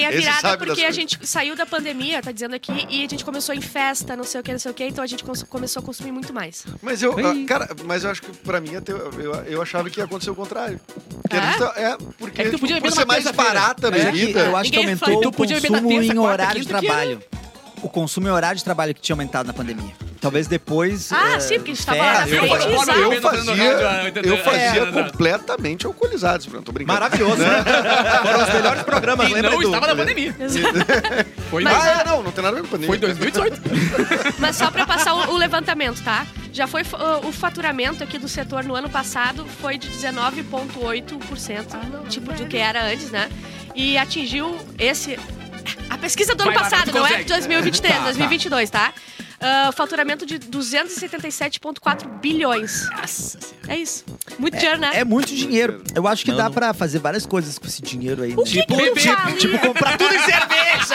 Tem a Esse virada sabe das porque a coisas. gente saiu da pandemia, tá dizendo aqui, e a gente começou em festa, não sei o que, não sei o que, então a gente cons- começou a consumir muito mais. Mas eu, Ei. ah, cara, mas eu acho que pra mim, até- eu, eu, eu achava que ia acontecer o contrário. Porque É? justa- é, porque É que tu podia tipo, por beber ser numa mais terça-feira. barata a Mas né? é que bebida. eu acho que Ninguém aumentou fala. o Tu podia beber na consumo terça, em quarta, horário de quinta, que trabalho. O consumo em horário de trabalho que tinha aumentado na pandemia. Talvez É, depois. Ah, eh, sim, porque a gente tava lá na férias. eu- frente. exato. eu- Eu fazia, entendeu? eu fazia É, não, não. completamente alcoolizados, Bruno. Tô brincando. Maravilhoso, né? Foram os melhores programas, E lembra? não Edu? estava na né? pandemia. Exato. Foi, Ah, é, não, não tem nada a ver com a foi em pandemia. 2018. Mas só pra passar o, o levantamento, tá? Já foi fa- o- o faturamento aqui do setor no ano passado foi de 19,8%, tipo do que era antes, né? E atingiu esse. A pesquisa do ano Vai lá, passado, tu não é consegue. de 2023, Tá, tá. 2022, tá? Ah, faturamento de 277,4 bilhões. Nossa senhora. É isso. Muito dinheiro, né? É muito dinheiro. Eu acho que Não, dá não. pra fazer várias coisas com esse dinheiro aí. né? O que que tu faria? tipo comprar tudo em cerveja.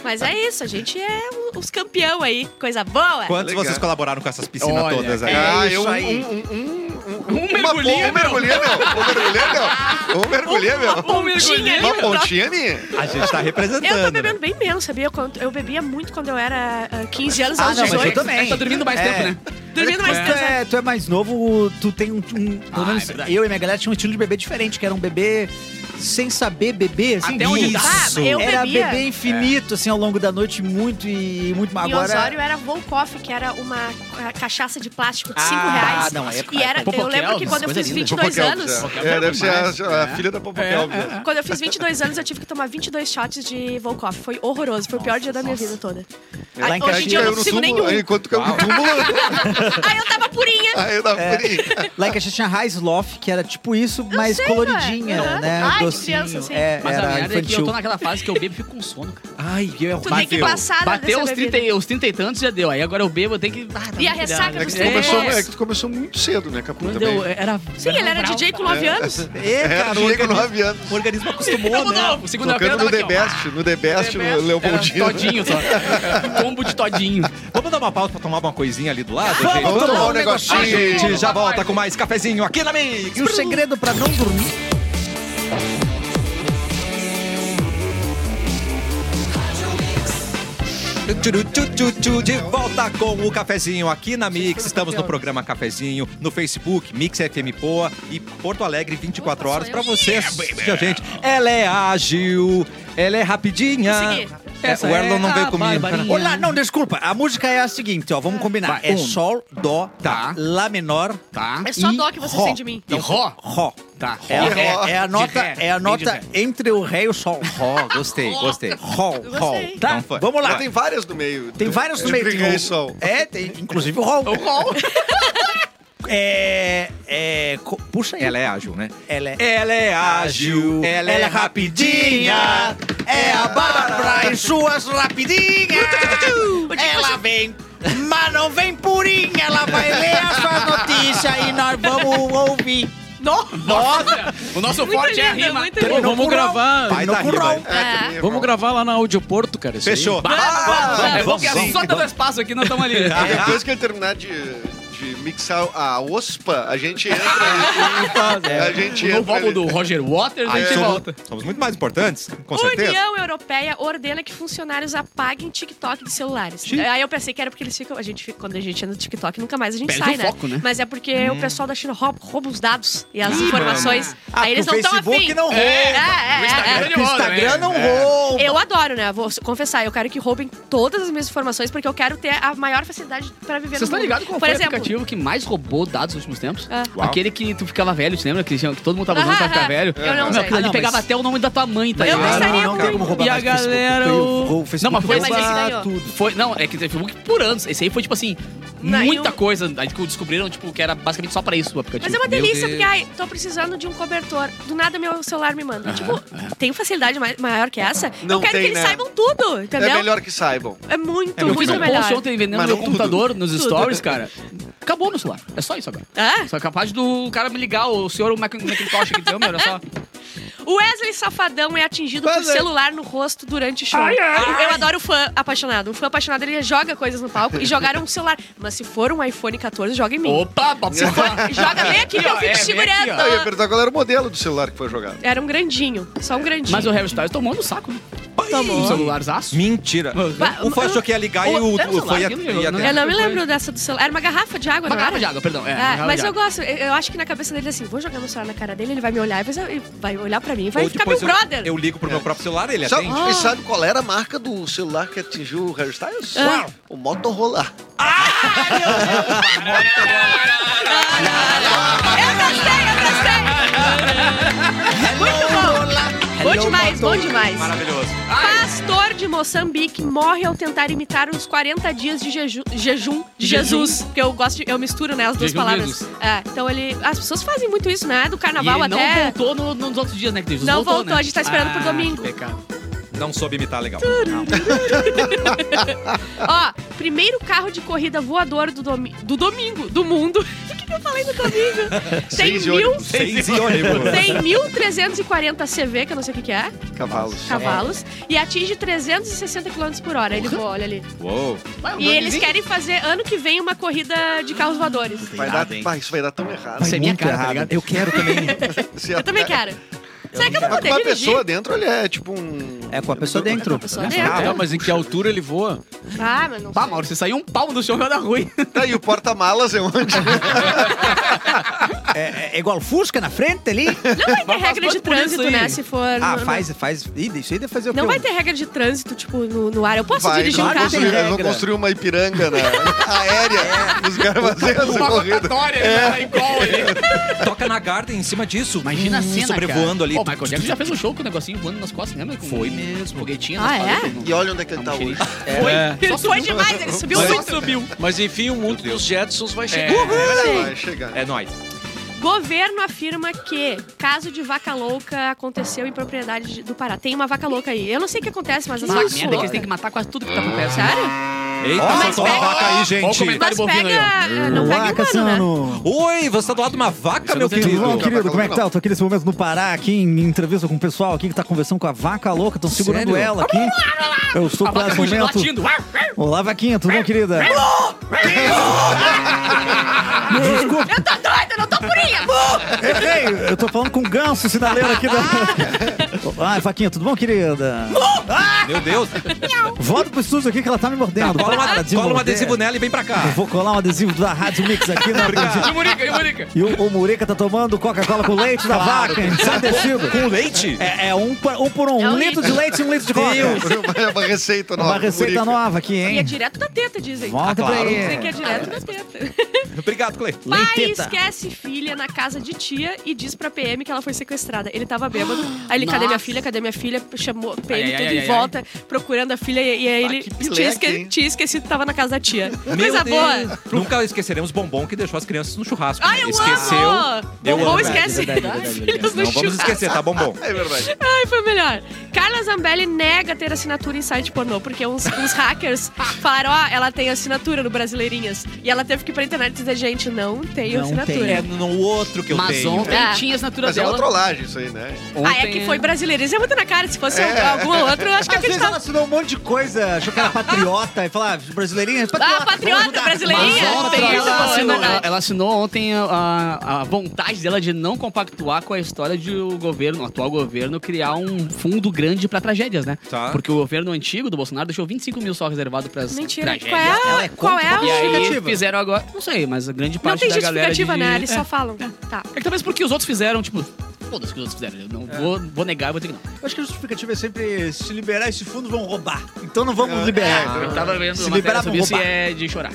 Mas é isso, a gente é um- os campeão aí. Coisa boa. Quantos Legal. vocês colaboraram com essas piscinas Olha, todas aí? cara. Ah, É eu isso um, aí. um, um, um, Um mergulhinho, Um mergulhinho, meu. Um mergulhinho, meu. Um mergulhinho, meu. Uma pontinha ali, Uma meu. pontinha é minha. A gente tá representando. Eu tô né? bebendo bem menos, sabia? Quando- Eu bebia muito quando eu era ah, 15 anos, Ah, aos não, mas eu 18. também. É que tá dormindo mais É. tempo, né? Dormindo mais Mas tu tempo. né? é, tu é mais novo, tu tem um. um- Ah, pelo menos é verdade. eu e minha galera tinha um estilo de bebê diferente, que era um bebê sem saber beber. Assim, Até onde dá. isso. Ah, eu Era bebia. bebê infinito, assim, ao longo da noite, muito e muito. Em É, Agora. Osório era Volkoff, que era uma eh, cachaça de plástico de 5 Ah, reais. não, aí é- e era, eu Popoquel, lembro que essas quando eu coisas fiz lindas. 22 Popoquel, anos, já. Popoquel É, era deve ser demais, a, a né? filha da Popoquel. já. quando eu fiz 22 anos, eu tive que tomar 22 shots de Volkoff. Foi horroroso, foi o pior dia da minha vida toda. Lá Ah, em Hoje Caxias em dia eu não caiu consigo nenhum. aí, enquanto caiu no túmulo, Aí eu tava purinha. aí eu dava É. por aí. Lá em Caxias tinha Loft, que era tipo isso, mas sei, coloridinha, ué. Aham. né? Ai, de docinho. criança, assim. É, Mas a era merda é que eu infantil. tô naquela fase que eu bebo e fico com sono, cara. Ai, eu Tu Bateu. tem que passar Bateu os dessa 30, é bebida. e- um. os 30 e tantos, já deu. Aí agora eu bebo, eu tenho que... Ah, tá E a muito ressaca grave. dos É, Começou, É. é que tu começou muito cedo, né, Capu? Quando também. eu era... Sim, ele era DJ com 9 anos. É, É, cara, o chega com organismo- 9 anos. O organismo acostumou, Tamo né? novo. Segunda-feira Tocando eu no tava The aqui, ó. Best, no The Best, no Era Leopoldino. Todinho só. Combo de todinho. Vamos dar uma pausa pra tomar uma coisinha ali do lado, gente? Vamos tomar um A negocinho. gente já volta com mais cafezinho aqui na Mix. E o segredo pra não dormir Tchuru, tchu, tchu, tchu, De volta com o cafezinho aqui na Mix. Estamos no programa Cafezinho, no Facebook, Mix FM Poa e Porto Alegre 24 horas pra você assistir a gente. Ela é ágil, ela é rapidinha. Consegui. É, Essa o Erlon é não veio a comigo. Barbarinha. Olá, não, desculpa. A música é a seguinte, ó. Vamos combinar. Vai, é um. Sol, Dó, Tá. Lá menor, Tá. É só E dó que você ró. sente de mim. E ró? Ró. Tá. É, é- é a De nota, ré, é a bem de nota ré. entre o Ré e o Sol. Ró, Oh, gostei, gostei. Ró, gostei. ró. Tá, Então foi. vamos Mas lá. tem várias no meio. Tem vários no meio. de tem o- sol. É, tem inclusive o rol. O rol. É, é, co- puxa aí. Ela é ágil, né? Ela é, Ela é ágil, ela é rapidinha. É a Bárbara em suas rapidinhas. O dia Uh! é que Ela vem, mas não vem purinha. Ela vai ler a sua a notícia e nós vamos ouvir. Nossa! o nosso forte é a linda, rima. muito Pô, linda. vamos gravar. Vai dar rima. É. minha Vamos irmã. gravar lá na Audioporto, cara. isso aí. Fechou. É bom Vamos, que é vamos. só dando espaço aqui, nós estamos ali. E Ah, é. depois que ele terminar de, de mixar a OSPA, a gente entra ali. É. A gente No entra álbum ali. do Roger Waters, a Aí gente eu- volta. Somos muito mais importantes, com certeza. União Europeia ordena que funcionários apaguem TikTok de celulares. Aí eu pensei que era porque eles ficam. A gente fica, quando a gente entra no TikTok, nunca mais a gente Perde sai, o né? foco, né? Mas é porque o pessoal da China rouba, rouba os dados e as informações. Aí eles o não estão Facebook afim. não rouba. É, é, é, é. O Instagram não rouba. Eu adoro, né? Vou confessar, eu quero que roubem todas as minhas informações, porque eu quero ter a maior facilidade pra viver Vocês estão no mundo. ligados qual Por foi tá o exemplo, aplicativo que mais roubou dados nos últimos tempos? Ah. Uau. Aquele que tu ficava velho, te lembra? Que, tinha- que todo mundo tava usando pra Ah, ficar ah, velho. eu não Não, sei. aquilo ali Ah, não, pegava mas- até o nome da tua mãe, tá Eu ligado? gostaria não, não tem muito. como roubar E mais a o Facebook. galera, O, o- o Facebook Não, mas foi- rouba mas esse ganhou. tudo. Foi, não, é que teve Facebook por anos. Esse aí foi, tipo assim, Não, muita eu- coisa. Aí que descobriram, tipo, que era basicamente só pra isso o aplicativo. Mas é uma Meu delícia, Deus. porque, ai, tô precisando de um cobertor. Do nada meu celular me manda. Tipo, tem facilidade mai- maior que essa? Não eu quero tem, que eles né? saibam tudo, entendeu? É melhor que saibam. É muito, Eu fiz muito um melhor. post ontem vendendo Mas meu não tudo. computador nos Tudo. stories, cara. Acabou meu celular. É só isso agora. Hã? Só é capaz do cara me ligar, o senhor Mac- Macintosh que deu, meu, olha só. O Wesley Safadão é atingido por celular no rosto durante o show. Eu adoro o fã apaixonado. Um fã apaixonado, ele joga coisas no palco e jogaram um celular. Mas se for um iPhone 14, joga em mim. Opa, papai. Joga bem aqui que eu Ó, é, fico bem segurando. aqui, Ah, eu ia perguntar qual era o modelo do celular que foi jogado. Era um grandinho, só um grandinho. Mas o Harry Styles tomou no saco, né? Tomou. Um celularzaço. Mentira. Bah, O fã achou que ia ligar e o- o, é o o celular, foi a, aquilo não- ia não- Eu não me lembro dessa do celular. Era uma garrafa de água, Uma não era? garrafa de água, perdão. É, uma É, garrafa mas de eu água. gosto, eu eu acho que na cabeça dele é assim, vou jogar meu celular na cara dele, ele vai me olhar e vai, e vai olhar pra mim e vai Ou ficar meu depois eu, brother. eu ligo pro meu próprio celular, ele é Sabe, atende. E sabe qual era a marca do celular que atingiu o Harry Styles? Ah. O Motorola. Eu gostei, eu gostei! Muito bom! Bom demais, bom demais. Maravilhoso. Pastor de Moçambique morre ao tentar imitar os 40 dias de jeju- jejum de Jesus. Porque eu gosto de, eu misturo, né, as duas Jejum de palavras. Jesus. É, então ele. As pessoas fazem muito isso, né? Do E ele carnaval não até. voltou no- nos outros dias, né? Que teve. Não voltou, né? a gente tá esperando pro Ah, domingo. que pecado. Não soube imitar legal. Ó, primeiro carro de corrida voador do, domi- do domingo, do mundo. Por que, que eu falei do domingo? Tem Seis e mil. ônibus. Seis e ônibus. Tem 1.340 CV, que eu não sei o que, que é, Cavalos. cavalos, e atinge 360 km por hora. Ele voa, olha ali. Uou. Vai, um E eles domingozinho. querem fazer ano que vem uma corrida de carros voadores. Vai dar, vai, isso vai dar tão errado. Isso é minha cara, tá ligado? Eu quero também. Se Eu também quero. Tá Será que eu não vou Mas ter com a dirigir? pessoa dentro, ele é tipo um... É com a pessoa dentro. Pessoa Ah, dentro. mas em que altura ele voa? Ah, mas não Pá, sei. Mauro, você saiu um pau do chão e da ruim. Tá, e o porta-malas é onde? É, é igual Fusca na frente ali. Não vai ter Mas regra faz de por isso trânsito, aí. né? Se for. Ah, no- faz, faz. Ih, deixa aí de fazer o Não que vai eu- ter regra de trânsito, tipo, no, no ar. Eu posso Vai, dirigir vão um carro? construir, tem eles vão regra. construir uma Ipiranga né? aérea. Os caras fazendo essa Uma corrida. rotatória, né? Tá igual ali. Toca na Garden em cima disso. Imagina a Hum, cena, Sobrevoando cara. ali. Ô, Michael Jackson já fez um show com o negocinho voando nas costas, lembra? Com Foi mesmo. Foguetinha nas Ah, né? é? paletas, E olha onde é que na ele tá hoje. mochilinha. Foi. É. Ele foi demais, ele subiu Mas- muito. Mas enfim, o mundo dos Jetsons vai É. chegar. Vai chegar. É nóis. Governo afirma que caso de vaca louca aconteceu em propriedade de- do Pará. Tem uma vaca louca aí. Eu não sei o que acontece, mas as Essa merda vacas que eles têm loucas- que matar quase tudo que tá acontecendo. Sério? Eita, Mas soltou uma pega- vaca aí, Olha o gente. comentário. Mas Tá de bovino pega... ah, Não pega Uau, humano, né? Cassiano. Oi, você tá do lado de uma vaca, meu Tudo querido? bom, querido? Vaca Como é louca que tá? não. Eu tô aqui nesse momento no Pará, aqui em entrevista com o pessoal aqui que tá conversando com a vaca louca. Estão segurando Sério? ela aqui. Eu estou A vaca quase fugindo, momento. latindo. Olá, vaquinha, tudo bom, querida? Me desculpa, Eu tô doida, eu não tô purinha. errei. Eu tô falando com o ganso sinaleiro aqui da. Ai, vaquinha, tudo bom, querida? Meu Deus. Volta pro estúdio aqui que ela tá me mordendo. Cola, Para uma, de cola um morder. adesivo nela e vem pra cá. Eu vou colar um adesivo da Rádio Mix aqui na E o Murica, e o Murica. E o, o Murica tá tomando Coca-Cola com leite da vaca, hein? sem tecido. Com leite? É, é um, pra- um por um. É um um litro de leite e um litro de coca. É uma receita nova. Uma receita Murica. nova aqui, E é hein? direto da teta, dizem. Volta Ah, claro. pra Dizem que é ele. direto da teta. Obrigado, Clay. Pai Leiteta. esquece filha na casa de tia e diz pra PM que ela foi sequestrada. Ele tava bêbado. Aí ele, cadê Nossa. minha filha? Cadê minha filha? Chamou Ai, PM ai, tudo ai, em ai, volta. volta procurando a filha e, e aí Ah, ele que pileque, tinha, hein? esque, tinha esquecido que tava na casa da tia. Meu Coisa Deus. boa. Nunca esqueceremos bombom que deixou as crianças no churrasco. Ai, eu Esqueceu. amo! Eu Bombom amo. esquece. Filhas no Não vamos churrasco. esquecer, tá, bombom? É verdade. Ai, foi o melhor. Carla Zambelli nega ter assinatura em site pornô, porque uns, uns hackers Ah. falaram, ó, ela tem assinatura no Brasileirinhas. E ela teve que ir pra internet e dizer, gente, não tenho Não assinatura. É no outro que eu Mas tenho. ontem É. tinha a assinatura Mas é dela. uma trollagem isso aí, né? Ah, é que foi Brasileirinhas. É muito na cara. Se fosse alguma outra, eu acho que é Às vezes ela acreditava. assinou um monte de coisa, achou que era patriota e falava, ah, brasileirinha, é patriota. Ah, patriota, Mas brasileirinha. ontem Tem isso, ela assinou, é verdade. ela- ela assinou ontem a, a- a vontade dela de não compactuar com a história de o governo, o atual governo, criar um fundo grande pra tragédias, né? Tá. Porque o governo antigo do Bolsonaro deixou 25 mil só reservado pras Mentira. tragédias. Qual é Ela a... é Qual é contra E a a... aí Justificativa. fizeram agora. Não sei, mas a grande Não parte tem da galera. De... justificativa, né? Eles é. só falam. Tá. É que talvez porque os outros fizeram, tipo. Foda-se que os outros fizeram. Eu não vou, vou negar, eu vou ter que não. Eu acho que a justificativa é sempre se liberar esse fundo vão roubar. Então não vamos liberar. Ah, eu tava vendo Se uma matéria liberar, sobre vão isso e roubar. é de chorar.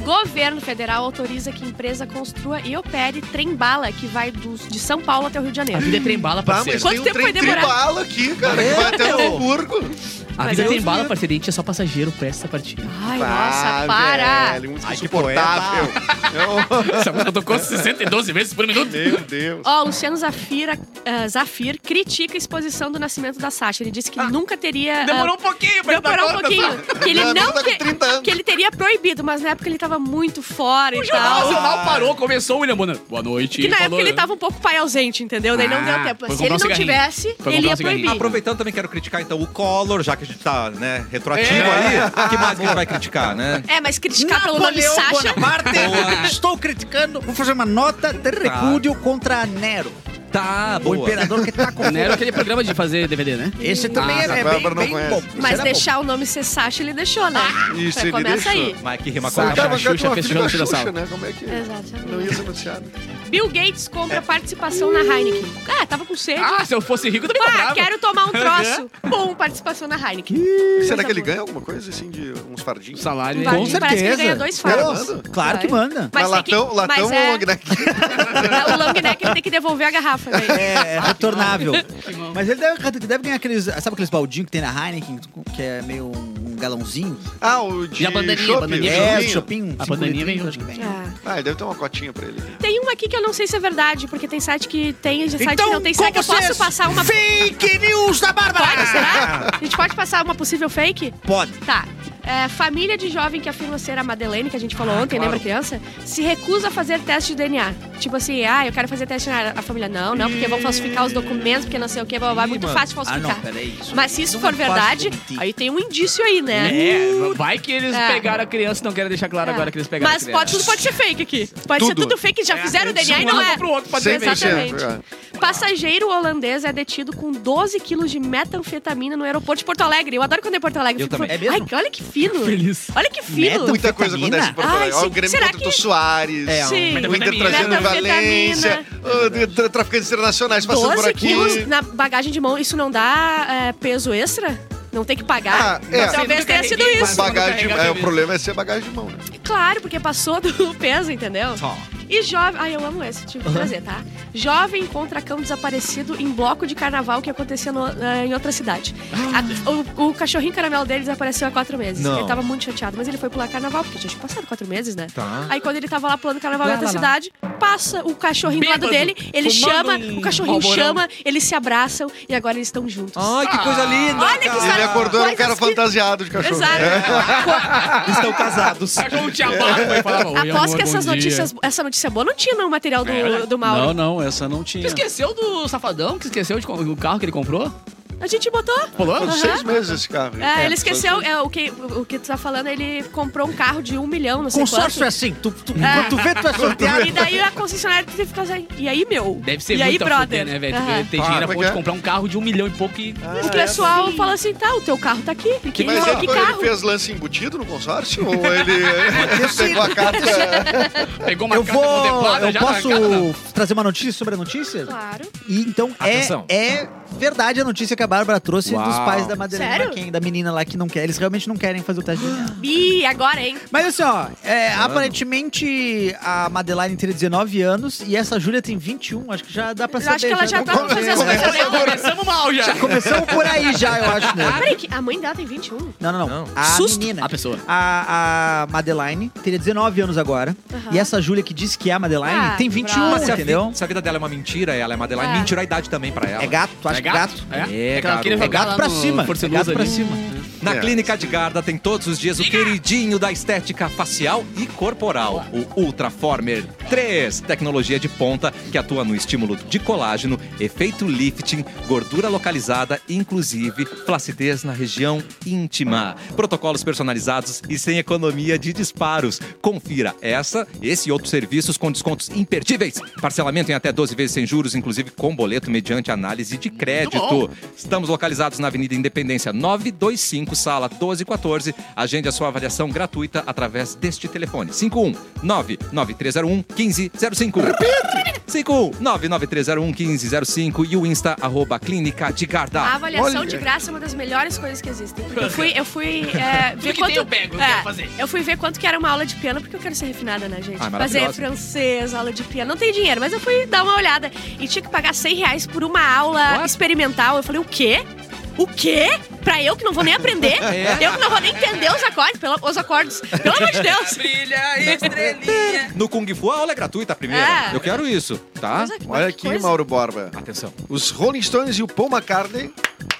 Governo federal autoriza que empresa construa e opere trem-bala que vai do- de São Paulo até o Rio de A Janeiro. vida é trem bala, Tá, mas parceiro. Quanto tem um tempo vai trem demorar? É. tribal aqui, cara, que vai até Meu! Hamburgo. A Mas vida eu tem bala, lembro. parceiro. e A gente é só passageiro pra essa partida. Ai, Ah, nossa, para. um Velho, muito Ai, que insuportável. Essa música tocou 62 vezes por minuto. Meu Deus. Ó, Luciano Zafir, ah, Zafir critica a exposição do nascimento da Sasha. Ele disse que nunca teria. ah, Demorou um pouquinho pra demorou um pouquinho. Que ele Não, não. tá com que- 30 anos. que ele teria proibido, mas na época ele tava muito fora e Ah, O Jornal tal. Nacional parou, começou o William Bonner. Boa noite. Ah. Que na falou, época ele né? tava um pouco pai ausente, entendeu? Daí não Ah, deu foi tempo. Se comprar ele um não cigarrinho. tivesse, Foi ele comprar um ia cigarrinho. proibir. Aproveitando também quero criticar então o Collor, já que a gente tá, né, retroativo É. aí. O que mais que a gente vai criticar, né? É, mas criticar pelo nome Napoleão né? Sasha. Bonaparte, estou criticando. Vou fazer uma nota Tá. de recúdio contra Nero, Tá, o imperador que tá com Não né, era aquele programa de fazer DVD, né? Esse também Ah, é, tá. é Bárbara bem, não bem conhece. bom. Esse Mas era deixar o nome ser Sasha, ele deixou, né? Isso, Já ele começa aí. deixou. Mas que rima com O cara a vai ganhar Xuxa uma fez filha da Xuxa da Xuxa, sala. né? Como é que não Exatamente. ia ser anunciado? Bill Gates compra participação na Heineken. Ah, tava com sede. Ah, se eu fosse rico, eu também Ah, comprava. quero tomar um troço. Pum, participação na Heineken. Será Coisa que ele boa. ganha alguma coisa, assim, de uns O fardinhos? Salário. é Vai, Com hein? Parece que ele certeza. ganha dois Claro, fardos. manda? Claro que manda. Mas tem que- latão, latão mas é- ou long neck? O long neck ele tem que devolver a garrafa, velho. É, é retornável. Mas ele deve, deve ganhar aqueles. Sabe aqueles baldinhos que tem na Heineken, que é meio um galãozinho? Ah, o de E a bandeirinha, chopp, bandeirinha o de É, choppinho. shopping. A bandeirinha vem acho que vem. Ah. Ah, ele deve ter uma cotinha pra ele. Tem uma aqui que eu não sei se é verdade, porque tem site que tem e site Então, que não tem. Será com que eu vocês, posso passar uma. Fake news da Bárbara! Pode, será? A gente pode passar uma possível fake? Pode. Tá. É, família de jovem que afirma ser a Madeleine, que a gente Ah, falou ontem, lembra criança? Se recusa a fazer teste de DNA. Tipo assim, ah, eu quero fazer teste de DNA. A família, não, não, porque vão falsificar os documentos, porque não sei o que, blá, blá, blá. Ih, Muito mano. fácil Ah, falsificar. não, peraí. isso Mas se isso não for é fácil verdade, mentir. aí tem um indício aí, né? É, vai que eles É. pegaram a criança e não querem deixar claro É. agora que eles pegaram Mas a criança. pode, tudo pode ser fake aqui. Pode ser Tudo. tudo fake, já fizeram o DNA e Um não lado é. Pro outro pode ser 100%. fake. Exatamente. é. Passageiro holandês é detido com 12 quilos de metanfetamina no aeroporto de Porto Alegre. Eu adoro quando é Porto Alegre. Eu Fico- também. É mesmo? Ai, olha que fino. Feliz. Olha que fino. Metanfetamina? Muita coisa acontece em Porto Ai, Alegre. Olha o sim. Grêmio Será contra o que- Soares. É, Sim. O Inter Metanfetamina. trazendo Metanfetamina. Valência. o tra- Traficantes internacionais passando por 12 aqui. quilos né? na bagagem de mão, isso não dá é, peso extra? Não tem que pagar? Ah, é. Talvez tenha sido Tá isso. Bagagem de- é, o problema é ser bagagem de mão, né? Claro, porque passou do peso, entendeu? E jovem. Ai, eu amo esse, tive que trazer, tá? Jovem encontra cão desaparecido em bloco de carnaval que acontecia no- eh, em outra cidade. A- o, o cachorrinho caramelo dele desapareceu há quatro meses. Ah. Não. Ele tava muito chateado, mas ele foi pular carnaval, porque já tinha passado quatro meses, né? Tá. Aí quando ele tava lá pulando carnaval Lá, em lá, outra lá. cidade, passa o cachorrinho do lado Bêbado, dele, ele fumando chama, um o cachorrinho alvorão. chama, eles se abraçam e agora eles estão juntos. Ah, Ai, que coisa linda. Olha que cara. saco. Ele acordou, era um Coisas cara que- fantasiado de cachorro. Exato. É. Estão casados. Cachorro te abafo e falava, "Oi, Após amor, que essas bom dia." notícias, essa notícia boa não tinha no material É, do, né? do Mauro. Não, não, essa não Tu tinha. esqueceu do safadão? Que esqueceu de, co- o carro que ele comprou? A gente botou. Rolou? Foram Aham. É, seis meses esse carro. É, ele esqueceu é, o, que, o que tu tá falando, ele comprou um carro de um milhão, não sei Consórcio é quanto. assim. Tu, tu, É. Quando tu vê, tu é sorteado. E daí a concessionária teve que ficar assim, e aí, meu? Deve ser e aí, muito a brother? fuder, né, velho? Aham. Tem Ah, dinheiro a como é ponto que de é? comprar um carro de um milhão e pouco e... O pessoal fala assim, tá, o teu carro tá aqui. Que, que, Mas ele, ele carro? fez lance embutido no consórcio? Ou ele pegou a carta? Pegou uma Eu carta vou. contemplada Eu já tá na posso cara, não. trazer uma notícia sobre a notícia? Claro. E então Atenção. é, é verdade a notícia que a Bárbara trouxe Uau. dos pais da Madeleine Sério? Ah. McCain, da menina lá que não quer. Eles realmente não querem fazer o teste de DNA. Ih, agora, hein? Mas assim, ó, é, aparentemente a Madeline teria 19 anos e essa Júlia tem 21, acho que já dá pra Eu saber. acho que ela já tá dá pra pra fazer as saber. coisas dela. Começamos mal já. Começamos por aí já, eu acho, né? Peraí, que a mãe dela tem 21? Não, não, não. Não. A Susto. menina. A pessoa. A, a Madeline teria 19 anos agora. Aham. E essa Júlia que disse que é a Madeline Ah, tem 21, bravo. Se a, entendeu? vi- se a vida dela é uma mentira, ela é Madeline, É. mentira a idade também pra ela. É gato, tu acha É que é gato? É, É, Aquela garoto. que ele vai É gato lá pra no cima. Força É Luz gato pra ali. cima. Na É. Clínica de Garda tem todos os dias o queridinho da estética facial e corporal, o Ultraformer 3, tecnologia de ponta que atua no estímulo de colágeno, efeito lifting, gordura localizada, inclusive flacidez na região íntima. Protocolos personalizados e sem economia de disparos. Confira essa, esse e outros serviços com descontos imperdíveis. Parcelamento em até 12 vezes sem juros, inclusive com boleto mediante análise de crédito. bom. Estamos localizados na Avenida Independência 925, sala 1214. Agende a sua avaliação gratuita através deste telefone: 5199301 1505. Repito! 5199301 1505 e o Insta arroba Clínica de A Gardar. avaliação olha. de graça é uma das melhores coisas que existem. Porque eu fui, eu fui é, ver que quanto. tem, eu pego, eu é, quero fazer. eu fui ver quanto que era uma aula de piano, porque eu quero ser refinada, né, gente? Ah, maravilhosa. fazer francês, aula de piano. Não tem dinheiro, mas eu fui dar uma olhada. E tinha que pagar 100 reais por uma aula experimental. Eu falei, o quê? O quê? Pra eu que não vou nem aprender? Eu que não vou nem entender os acordes, pelo, os acordes. Pelo amor de Deus. Brilha, estrelinha. No Kung Fu a aula é gratuita primeiro. É. Eu quero isso, tá? Coisa- Olha que aqui, coisa. Mauro Borba. Atenção. Os Rolling Stones e o Paul McCartney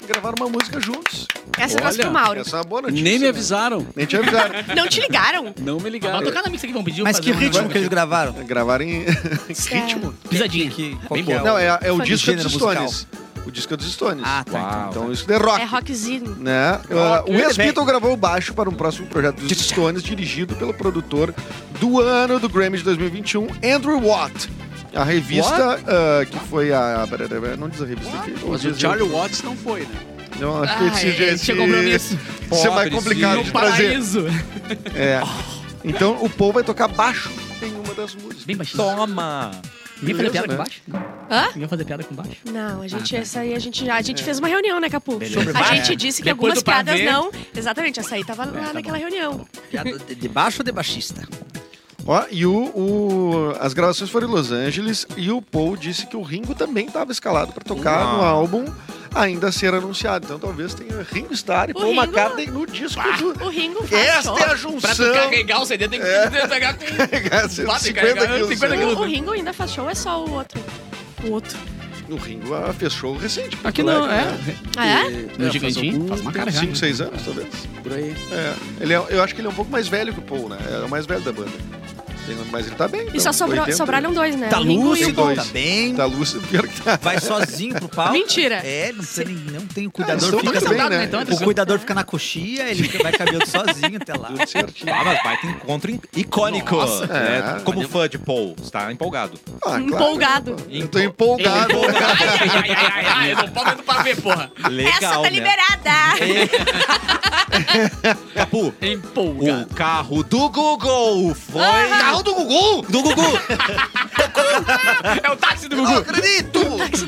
gravaram uma música juntos. Essa eu gosto Olha, pro Mauro. Essa é uma boa notícia. Nem me né? avisaram. Nem te avisaram. Não te ligaram? Não me Vai ligaram. tocar na mix aqui, vão pedir. Mas fazer que um- ritmo que eles gravaram? gravaram em, em ritmo. Pisadinha. qual Bem que é boa. Não, é, é o Foi. disco é Gênero dos Stones. O disco é dos Stones. Ah, tá. Uau. Então o disco é rock. É rockzinho. Né? Rock. Uh, o Ele ex-Beatle gravou o baixo para um próximo projeto dos Stones, dirigido pelo produtor do ano do Grammy de 2021, Andrew Watt. A revista uh, que foi a. pera, pera, Não diz a revista aqui. Mas o Charlie Watts não foi, né? Não, acho que Ah, esse, ele esse- tinha compromisso. Isso é mais Pobrezinho. complicado No de trazer. paraíso. É. Então o Paul vai tocar baixo em uma das músicas. Bem baixinho. Toma! Ninguém fazer Beleza, piada né? com baixo? Hã? Ninguém fazer piada com baixo? Não, a gente, Ah, tá. essa aí a gente, a gente fez uma reunião, né, Capu? Beleza. A Ah, gente é. disse que Depois algumas do pavê. piadas não. Exatamente, essa aí tava lá naquela reunião. Piada é de- De baixo ou de baixista? Ó, e o, o- as gravações foram em Los Angeles e o Paul disse que o Ringo também estava escalado para tocar Uau. no álbum ainda a ser anunciado. Então talvez tenha Ringo Starr e O Paul Ringo- McCartney no disco do... O Ringo faz show. Esta Ah. é a Pra junção. tu carregar o CD tem que pegar com. Pegar esses Lá tem 50 carregar, quilos. 50 quilos. O, o Ringo ainda faz show, é só o outro. O outro. O Ringo ah, fechou recente. Aqui não, é. Ah, é? No um gigantinho, faz uma cara já. 5, 6 né? anos, talvez. Por aí. É. Ele é, eu acho que ele é um pouco mais velho que o Paul, né? É o mais velho da banda. Tem- Mas ele tá bem. E só então, sobrou- 80. sobraram um dois, né? Tá o Ringo e lúcido, o Paul. tá bem. Tá lúcido, pior que tá. Vai sozinho pro palco. Mentira. É, não, precisa nem, não tem o Ah, eles cuidador. tão fica muito sentado. bem, né? então é O cuidador fica na coxia, ele fica- vai caminhando sozinho até lá. Tudo certinho. Ah, mas baita encontro in- icônico. Nossa. né? É. Como fã de Paul, está empolgado. Ah, Empolgado. Eu tô empolgado. Ai, ai, ai, ai, ai, ai, eu não posso do pavê, porra. Essa tá né? liberada! Capu, Empolgado. o carro do Google foi... Carro do Google? Do Google. É o táxi do Não Gugu. acredito!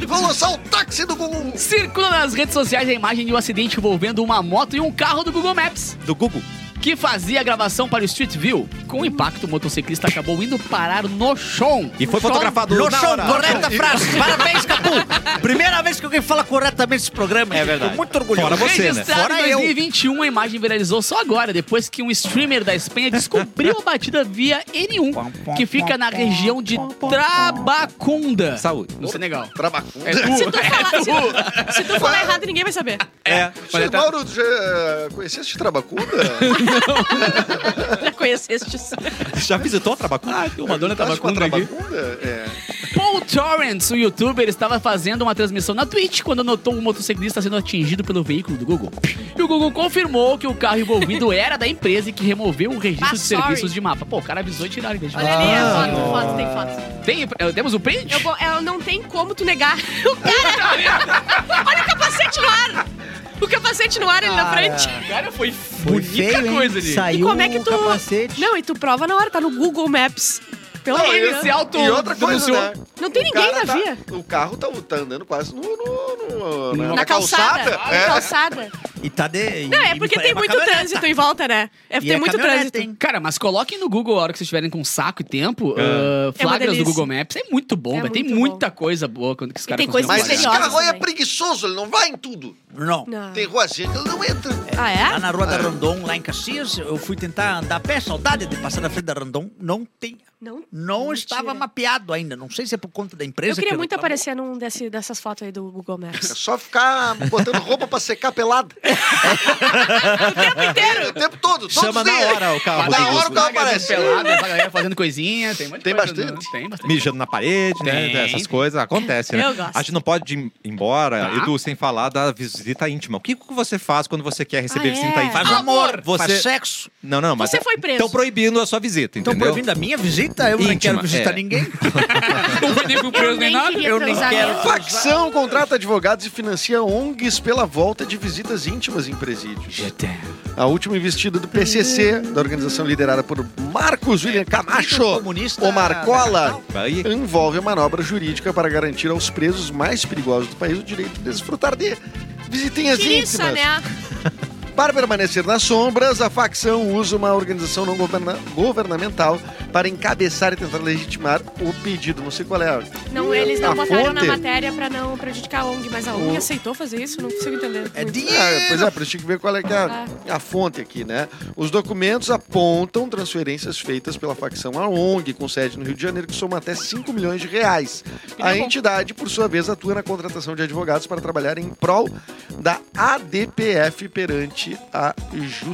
Vou lançar o táxi do Google! Circula nas redes sociais a imagem de um acidente envolvendo uma moto e um carro do Google Maps, Do Google. que fazia a gravação para o Street View. Com o impacto, o motociclista acabou indo parar no chão. E foi fotografado No na chão, hora. correta frase. Parabéns, Capu. Primeira vez que alguém fala corretamente esse programa. É verdade. Tô muito orgulhoso. Fora você, né? Registrado Fora em eu. 2021, a imagem viralizou só agora, depois que um streamer da Espanha descobriu a batida via N1, que fica na região de Trabacunda, Saúde. no Senegal. Trabacuda. Se tu falar, se, se tu falar errado, ninguém vai saber. É. Sr. Mauro, já eh, conheceste Trabacuda? Tá Já conheceste isso. Já visitou a Trabacuda? Ah, O Madonna Tá tava com a com aqui. Trabacuda? É. Paul Torrance, o youtuber, estava fazendo uma transmissão na Twitch quando notou um motociclista sendo atingido pelo veículo do Google. E o Google confirmou que o carro envolvido era da empresa e que removeu o registro Ah, de sorry. serviços de mapa. Pô, o cara avisou e tiraram. entendeu? Olha ali, a foto, foto, tem foto. Tem, eh, temos o print? Eu, vou- eu não tem como tu negar. O cara. Olha o capacete no ar! O capacete no ar ali na frente. Cara, foi Foi feio, hein? coisa ali. Saiu E como é que o tu- capacete. Não, e tu prova na hora, tá no Google Maps. Pelo amor de Deus. Esse alto E outra coisa, denunciou. né? Não tem é O ninguém cara na tá- via. O carro tá, tá andando quase no, no- no- né? na, Na, na calçada. calçada. Na É. calçada. E tá de. Não, e- é e porque me- tem uma muito caminhonete. trânsito em volta, né? É, E tem é muito caminhonete, trânsito. hein? Cara, mas coloquem no Google a hora que vocês estiverem com saco e tempo. ah, É uma flagras do delícia. Google Maps é muito bom, É velho. Tem muito muita coisa boa quando que os E caras tem coisas Mas conseguem esse guardar. maravilhosos carro também. aí é Ah. preguiçoso, ele não vai em tudo. Não. Não. Tem ruazinha que ele não entra. Ah, Lá é? na rua da Randon, lá em Caxias, eu fui tentar andar a pé, saudade de passar na frente da Randon. Não tem. Não. Não Mentira. estava mapeado ainda. Não sei se é por conta da Eu empresa. queria que tá muito reclamou. aparecer num desse, dessas fotos aí do Google É Maps. só ficar botando roupa pra secar pelada. É o tempo todo, todos Chama os na dias. hora o carro. um Na do hora o Gugu. carro aparece. Pelado, essa galera fazendo coisinha, tem um monte de Tem coisa, bastante. né? Tem bastante. Mijando na parede, Tem. né? Essas coisas acontecem, né? Eu gosto. A gente não pode ir embora, Tá. Edu, sem falar da visita íntima. O que que você faz quando você quer receber Ah, visita é? íntima? Faz amor, Você- faz sexo. Não, não, mas. Você foi preso. Estão proibindo a sua visita, Então, entendeu? proibindo a minha visita, eu não Íntima, quero visitar é. ninguém. Não foi nem fui Eu preso nem nem nada. queria Eu nem transar quero. mesmo. Facção contrata advogados e financia ONGs pela volta de visitas íntimas em presídios. A última investida do PCC, da organização liderada por Marcos William Camacho, Comunista o Marcola, Aí, envolve a manobra jurídica para garantir aos presos mais perigosos do país o direito de desfrutar de visitinhas Que isso, íntimas. né? Para permanecer nas sombras, a facção usa uma organização não governa- governamental para encabeçar e tentar legitimar o pedido. Não sei qual é. a- Não, eles não A botaram fonte? na matéria pra não prejudicar a ONG, mas a ONG aceitou fazer isso? Não consigo entender. É muito. dinheiro. Ah, pois é, por isso tinha que ver qual é, que é a, a fonte aqui, né? Os documentos apontam transferências feitas pela facção à ONG, com sede no Rio de Janeiro, que somam até 5 milhões de reais. A entidade, por sua vez, atua na contratação de advogados para trabalhar em prol da ADPF perante a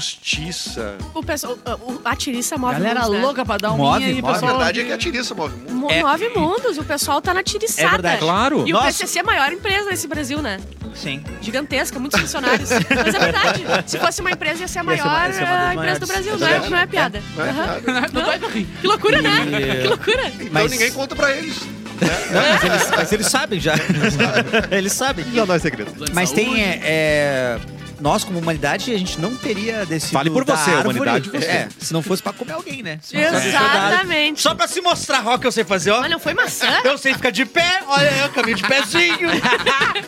justiça. O pessoal, o- a tiriça move Galera mundos, né? louca pra dar um Move, minha aí, move. A pessoal. verdade é que a tiriça move muito. Mo- Move mundos, o pessoal tá na tiriçada. É verdade. claro. E Nossa. o PCC é a maior empresa desse Brasil, né? Sim. Gigantesca, muitos funcionários. Mas é verdade. Se fosse uma empresa, ia ser a Ia ser uma- maior ia ser uma das ah, empresa do maiores. Brasil. Não é, É. não é piada. Não é Aham. nada. Não vai rir. Que loucura, né? E- Que loucura. Então Mas- ninguém conta pra eles. Não, mas eles, mas eles sabem já. eles sabem. Não, não é segredo. Mas Saúde. tem. é, é, nós, como humanidade, a gente não teria decidido. Fale por da você, árvore, humanidade, você. É, se não fosse pra comer alguém, né? Se não fosse pra comer alguém. Exatamente. Só pra se mostrar, ó, que eu sei fazer, ó. Mas não foi maçã? Eu sei ficar de pé, olha, eu caminho de pezinho.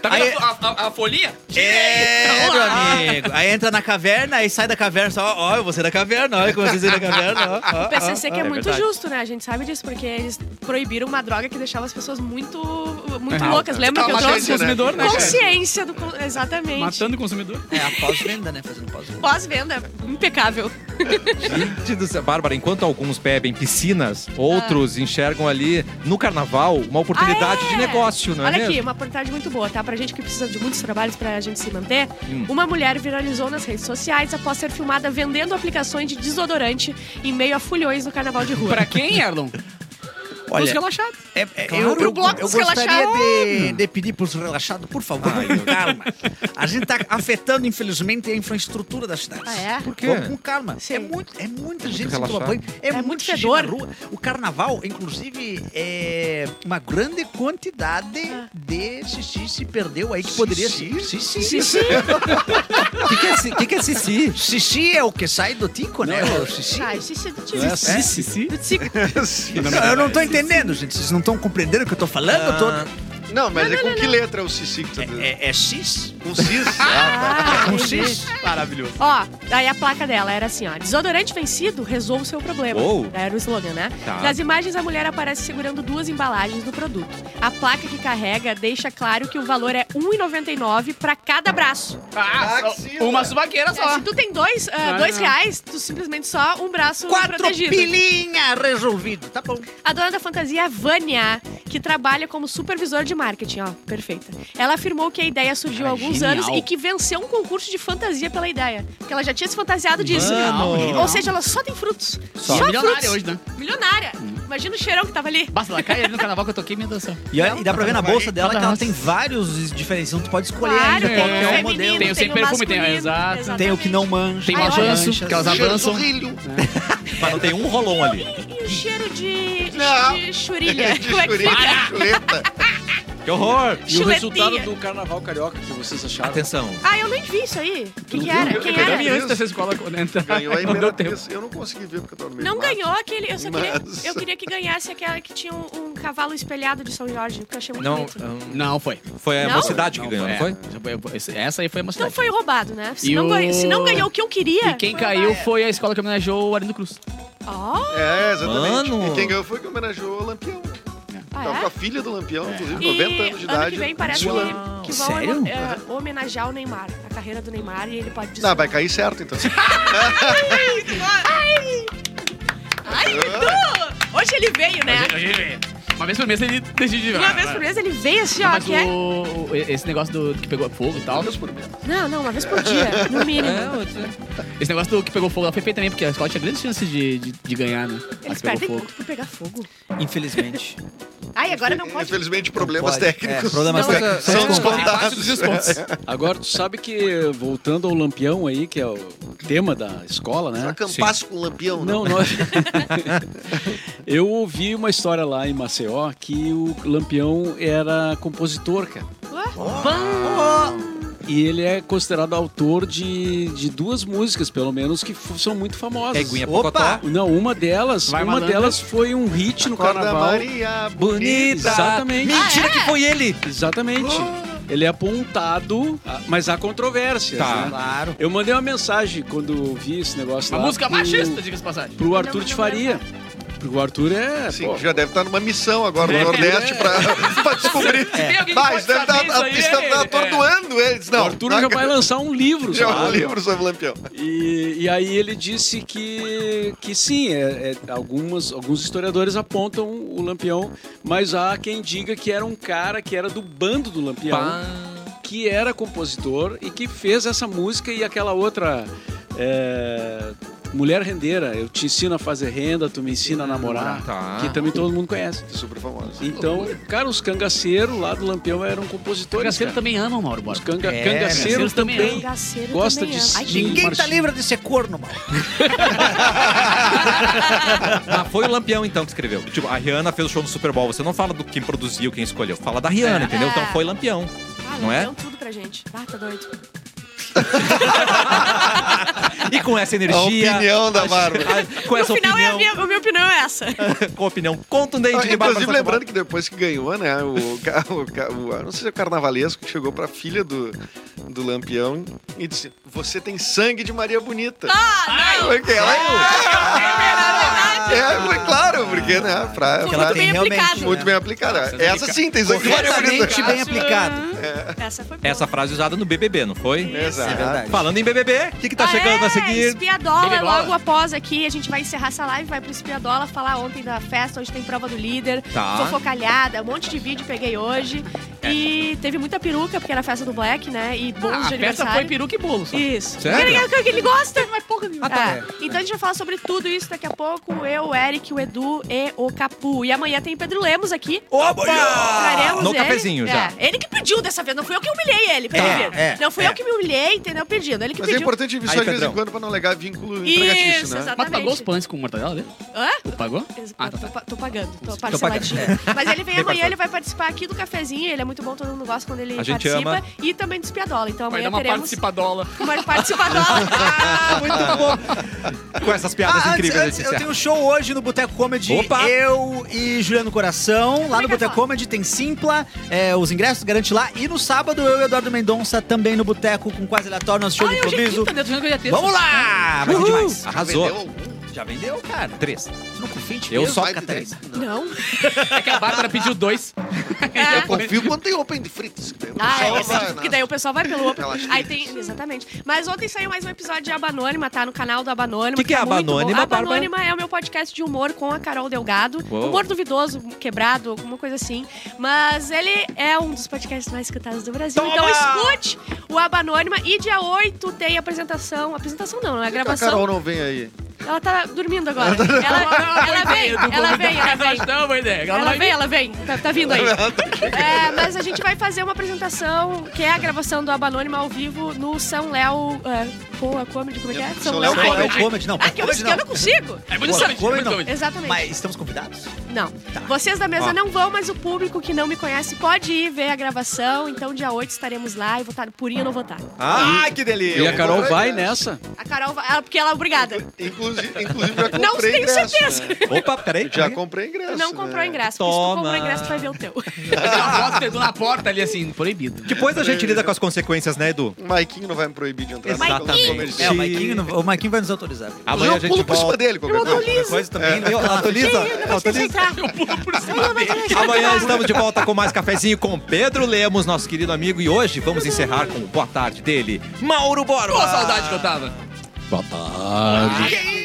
Tá Aí- vendo a, a- a folhinha? É, meu amigo. Aí entra na caverna, aí sai da caverna, só, ó, eu vou sair da caverna, olha como eu saí da caverna, ó, ó, O PCC que é, é muito verdade. justo, né? A gente sabe disso, porque eles proibiram uma droga que deixava as pessoas muito, muito loucas. Lembra que eu Calma, trouxe? um gente, né? consumidor, né? gente? Consciência do... con- Exatamente. Matando o consumidor. ó. É a pós-venda, né? Fazendo pós-venda. Pós-venda. Impecável. Gente do céu. Bárbara, enquanto alguns bebem piscinas, outros enxergam ali no carnaval uma oportunidade Ah, é? de negócio, não é Olha mesmo? aqui, uma oportunidade muito boa, tá? Pra gente que precisa de muitos trabalhos pra gente se manter. Hum. Uma mulher viralizou nas redes sociais após ser filmada vendendo aplicações de desodorante em meio a fulhões no carnaval de rua. Pra quem, Erlon? Os Olha, relaxados. é, é, eu, Claro, eu, eu pro bloco dos gostaria relaxados. de, de pedir pros relaxados, por favor, calma. A gente tá afetando, infelizmente, a infraestrutura da cidade. Ah, é? Por quê? Vamos com calma. Sim. É, muito, é muita gente sem relaxado. tomar banho. É, muito muito gente fedor. na rua. O carnaval, inclusive, é uma grande quantidade de xixi se perdeu aí que poderia ser. Xixi. Xixi. O que, que é, ci- que que é Cici? Xixi é o que sai do tico, né? O xixi. Ai, xixi do tio. É. Sim, sim, sim. Do tico. Não, eu não tô entendendo, gente. Vocês não estão compreendendo o que eu tô falando? Eu tô- Ah, Não, mas é com que letra é o Cici que tu É, é, é X? Com cis? Ah, Com entendi. X? Maravilhoso. Ó, aí a placa dela era assim, ó. Desodorante vencido, resolve o seu problema. Uou. Era o slogan, né? Tá. Nas imagens, a mulher aparece segurando duas embalagens do produto. A placa que carrega deixa claro que o valor é R$ 1,99 pra cada braço. tá. Ah, só Axila. uma subaqueira É, só. se tu tem dois, ah, Não, dois não. reais, tu simplesmente só um braço Quatro protegido. pilinha resolvido. Tá bom. A dona da fantasia é a Vânia, que trabalha como supervisor de marketing, ó, perfeita. Ela afirmou que a ideia surgiu Cara, há alguns genial. anos e que venceu um concurso de fantasia pela ideia. Porque ela já tinha se fantasiado disso. Mano. Ou seja, ela só tem frutos. Só milionária frutos. hoje, né? Milionária. Imagina o cheirão que tava ali. Basta, ela cai ali no carnaval que eu toquei, minha dança. E, olha, e dá pra ver na bolsa dela que ela Nossa. tem vários diferentes. Então tu pode escolher Claro, ainda tem o qual é o feminino, modelo. Tem o sem o perfume, tem- masculino. exato. Tem Tem o que não manja. Tem Ai, olha. avanço, que elas avançam. Sorrilho. Mas não tem um rolão ali. E o cheiro de, Não. de churilha? De Como é que chureta, fica? chuleta. Que horror! E o Chiletinha. resultado do carnaval carioca que vocês acharam? Atenção. Ah, eu nem vi isso aí. Quem que era? Quem Eu era? vi antes dessa escola quando entrar. Ganhou a Não deu tempo. Imperatriz. Eu não consegui ver porque eu tava no meio Não do mato. ganhou aquele. Eu, só queria, Mas- eu queria que ganhasse aquela que tinha um, um cavalo espelhado de São Jorge, porque eu achei muito Não, bonito. hum, Não, foi. foi a Não? mocidade que ganhou, não foi? É, esse- Essa aí foi a Então mocidade. foi é. roubado, né? Se, E não o- ganhou, se não ganhou o que eu queria. E quem foi caiu roubado. foi a escola que homenageou o Arindo Cruz. Ó, É, exatamente. Mano. E quem ganhou foi que homenageou o Lampião. ah, Tava Tá com é? a filha do Lampião, inclusive, E 90 anos de ano idade. que vem parece que, desfilando. que vão Sério? eh, homenagear o Neymar, a carreira do Neymar, e ele pode dizer. Não, vai cair certo, então. Ah. Ai, Dudu! Hoje ele veio, né? Uma vez por mês ele decidiu. Uma vez por mês ele veio assim, ó. Mas Que é... o, o- esse negócio do que pegou fogo e tal. Não, não, uma vez por dia, no mínimo. Esse negócio do que pegou fogo lá foi feito também, porque a escola tinha grandes chances de, de, de ganhar, né? A que pegou Eles perdem fogo. muito por pegar fogo. Infelizmente. Ai, agora não pode. Infelizmente, problemas Pode. É, técnicos. problemas Não, técnicos. São Embaixo descontados. dos descontos. Agora, tu sabe que, voltando ao Lampião aí, que é o tema da escola, né? Será que é um passo com o Lampião? Não, não. Eu ouvi uma história lá em Maceió que o Lampião era compositor, cara. E ele é considerado autor de, de duas músicas, pelo menos, que f- são muito famosas. Reguinha Opa! Pocotó. Não, uma delas, Vai, uma malandro. delas foi um hit no Acorda carnaval. Maria, Bonita! Exatamente. Mentira que foi ele! Exatamente. Ele é apontado, ah, mas há controvérsias. Tá. né? Claro. Eu mandei uma mensagem quando vi esse negócio Uma lá. música pro- machista, diga-se de passagem. Pro Não, Arthur não de Faria. Porque o Arthur é. Sim, pô, já deve estar numa missão agora no Nordeste pra, pra descobrir. tem alguém que Mas pode deve saber estar, isso aí, está é ele. tá atordoando eles. Não, o Arthur não já vai lançar um livro, já é um sabe? livro sobre o Lampião. E, e aí ele disse que, que sim, é, é, algumas, alguns historiadores apontam o Lampião, mas há quem diga que era um cara que era do bando do Lampião, que era compositor e que fez essa música e aquela outra. é, Mulher rendeira, eu te ensino a fazer renda, tu me ensina a namorar, Tá. que também todo mundo conhece. É Super famoso. Então, cara, os cangaceiros lá do Lampião eram compositores. Cangaceiros também amam, Mauro Os Borba. canga É, cangaceiros cangaceiros também também. Cangaceiro Gosta também de ama. Ai, sim. gente, Ninguém tá Marcinho. livre de ser corno, mal. Ah, foi o Lampião então que escreveu. Tipo, a Rihanna fez o show no Super Bowl. Você não fala do quem produziu, quem escolheu. Fala da Rihanna, É. entendeu? É. Então foi Lampião. ah, não é? dão tudo pra gente. Ah, tá doido. E com essa A energia. opinião da Bárbara. a- com essa no final, é a opinião. minha, a minha opinião é essa. Com a opinião contundente Ah, de Bárbara Inclusive, Sacomori. lembrando que depois que ganhou, né? O, ca- o, ca- o- eu não sei se é o carnavalesco que chegou pra filha do, do Lampião e disse: Você tem sangue de Maria Bonita. Ah, não! Porque ela, é, foi claro, porque, né? Pra, Porque Foi ela pra- muito tem bem realmente, aplicado. muito bem aplicada. Essa sim tem sangue de Maria Bonita. Corretamente bem aplicado. Essa foi boa. Essa frase usada no BBB, não foi? É Exato. verdade. Falando em BBB, o que, que tá Ah, chegando é, a seguir? Espiadola, Bebedola. logo após aqui, a gente vai encerrar essa live, vai pro Espiadola falar ontem da festa, hoje tem prova do líder, Tá. É. fofocalhada, um monte de vídeo peguei hoje. E teve muita peruca, porque era a festa do Black, né? E bolos Ah, A de festa aniversário. foi peruca e bolo. só. Isso. Sério? Ele, é o que ele gosta, mas porra nenhuma. É. Então a gente vai falar sobre tudo isso daqui a pouco. Eu, o Eric, o Edu e o Capu. E amanhã tem o Pedro Lemos aqui. Opa! Traremos No ele. cafezinho já. É, ele que pediu dessa vez, não fui eu que humilhei ele, pelo É, visto. é, não fui é. eu que me humilhei, entendeu? Pedindo. Ele que Mas é pediu. importante vir só Aí, de vez em Pedrão. quando pra não legar vínculo Isso, empregatício, né? exatamente. Mas pagou os pães com mortadela dele? Hã? Tu pagou? Ah, tá. tô, pa- tô pagando, tô parceladinha. Mas ele vem amanhã, ele vai participar aqui do cafezinho, ele é muito bom, todo mundo gosta quando ele A gente participa. ama. E também do Espiadola. Então Vai amanhã dar uma teremos participadola. uma participadola. Muito bom. Com essas piadas Ah, antes- incríveis, antes, antes, eu tenho um show hoje no Boteco Comedy. Opa! Eu e Juliano Coração. Lá no Como é que é Boteco a foto? Comedy tem Simpla, é, os ingressos garante lá. E no sábado eu e o Eduardo Mendonça também no Boteco com quase aleatório, nosso show Ai, de hoje é improviso. quinta, Deus, eu já ia ter. Vamos lá! Vai ser demais. Ah, Arrasou. Vendeu algum? Já vendeu, cara? Três. Tu não confia em ti Eu mesmo? só Mais de Catarina. dez? Não. É que a Bárbara pediu dois. Eu confio quando tem open de fritas. que daí o É. Ah, pessoal é, vai, sim, né? porque daí o pessoal vai pelo Open. Relaxa. Aí tem, exatamente. Mas ontem saiu mais um episódio de Aba Anônima, tá? No canal do Aba Anônima. Que que é tá Aba muito bom. Anônima, Aba Bárbara? Anônima é o meu podcast de humor com a Carol Delgado. Uou. Humor duvidoso, quebrado, alguma coisa assim. Mas ele é um dos podcasts mais escutados do Brasil. Então escute o Aba Anônima. E dia 8 tem apresentação. Apresentação não, não é Por que que a gravação. Carol não vem aí. Ela tá dormindo agora. Ela, ela vem, ela vem, ela vem. Não, boa ideia. Ela Ela vai vem, ela vem. Tá, tá vindo aí. É, mas a gente vai fazer uma apresentação, que é a gravação do Aba Anônima ao vivo no São Léo... É, boa, comedy, como é que é? São Léo Não, é Comedy. o comedy, não. Ah, que eu, comedy, que eu não consigo. É muito Boa, sorte, boa, muito não. sorte. Exatamente. Mas estamos convidados? Não. Vocês da mesa não vão, mas o público que não me conhece pode ir ver a gravação. Então, dia 8 estaremos lá e vou estar por ir ou não vou estar. Ah, que delícia. E a Carol vai nessa. A Carol vai. ela- porque ela é obrigada. Inclusive, inclusive já comprei Não tenho ingresso, certeza. né? Opa, peraí. Já comprei ingresso. Não comprou né? ingresso. Porque se tu comprou Toma. ingresso, tu vai ver o teu. Ela bota o dedo na porta ali assim, proibido. Depois a gente lida com as consequências, né, Edu? O Maiquinho não vai me proibir de entrar Maiquinho! no Paulo Comercial. É, o Maiquinho, não- o Maiquinho vai nos autorizar. Amanhã eu a gente pulo por cima volta. dele, qualquer Eu coisa. autorizo. Coisa também, né? Eu, autoriza, autoriza. Tá. Eu pulo por cima. Amanhã estamos de volta com mais cafezinho com Pedro Lemos, nosso querido amigo, e hoje vamos encerrar com o boa tarde dele, Mauro Borba. Pô, saudade que eu tava. Boa tarde. Que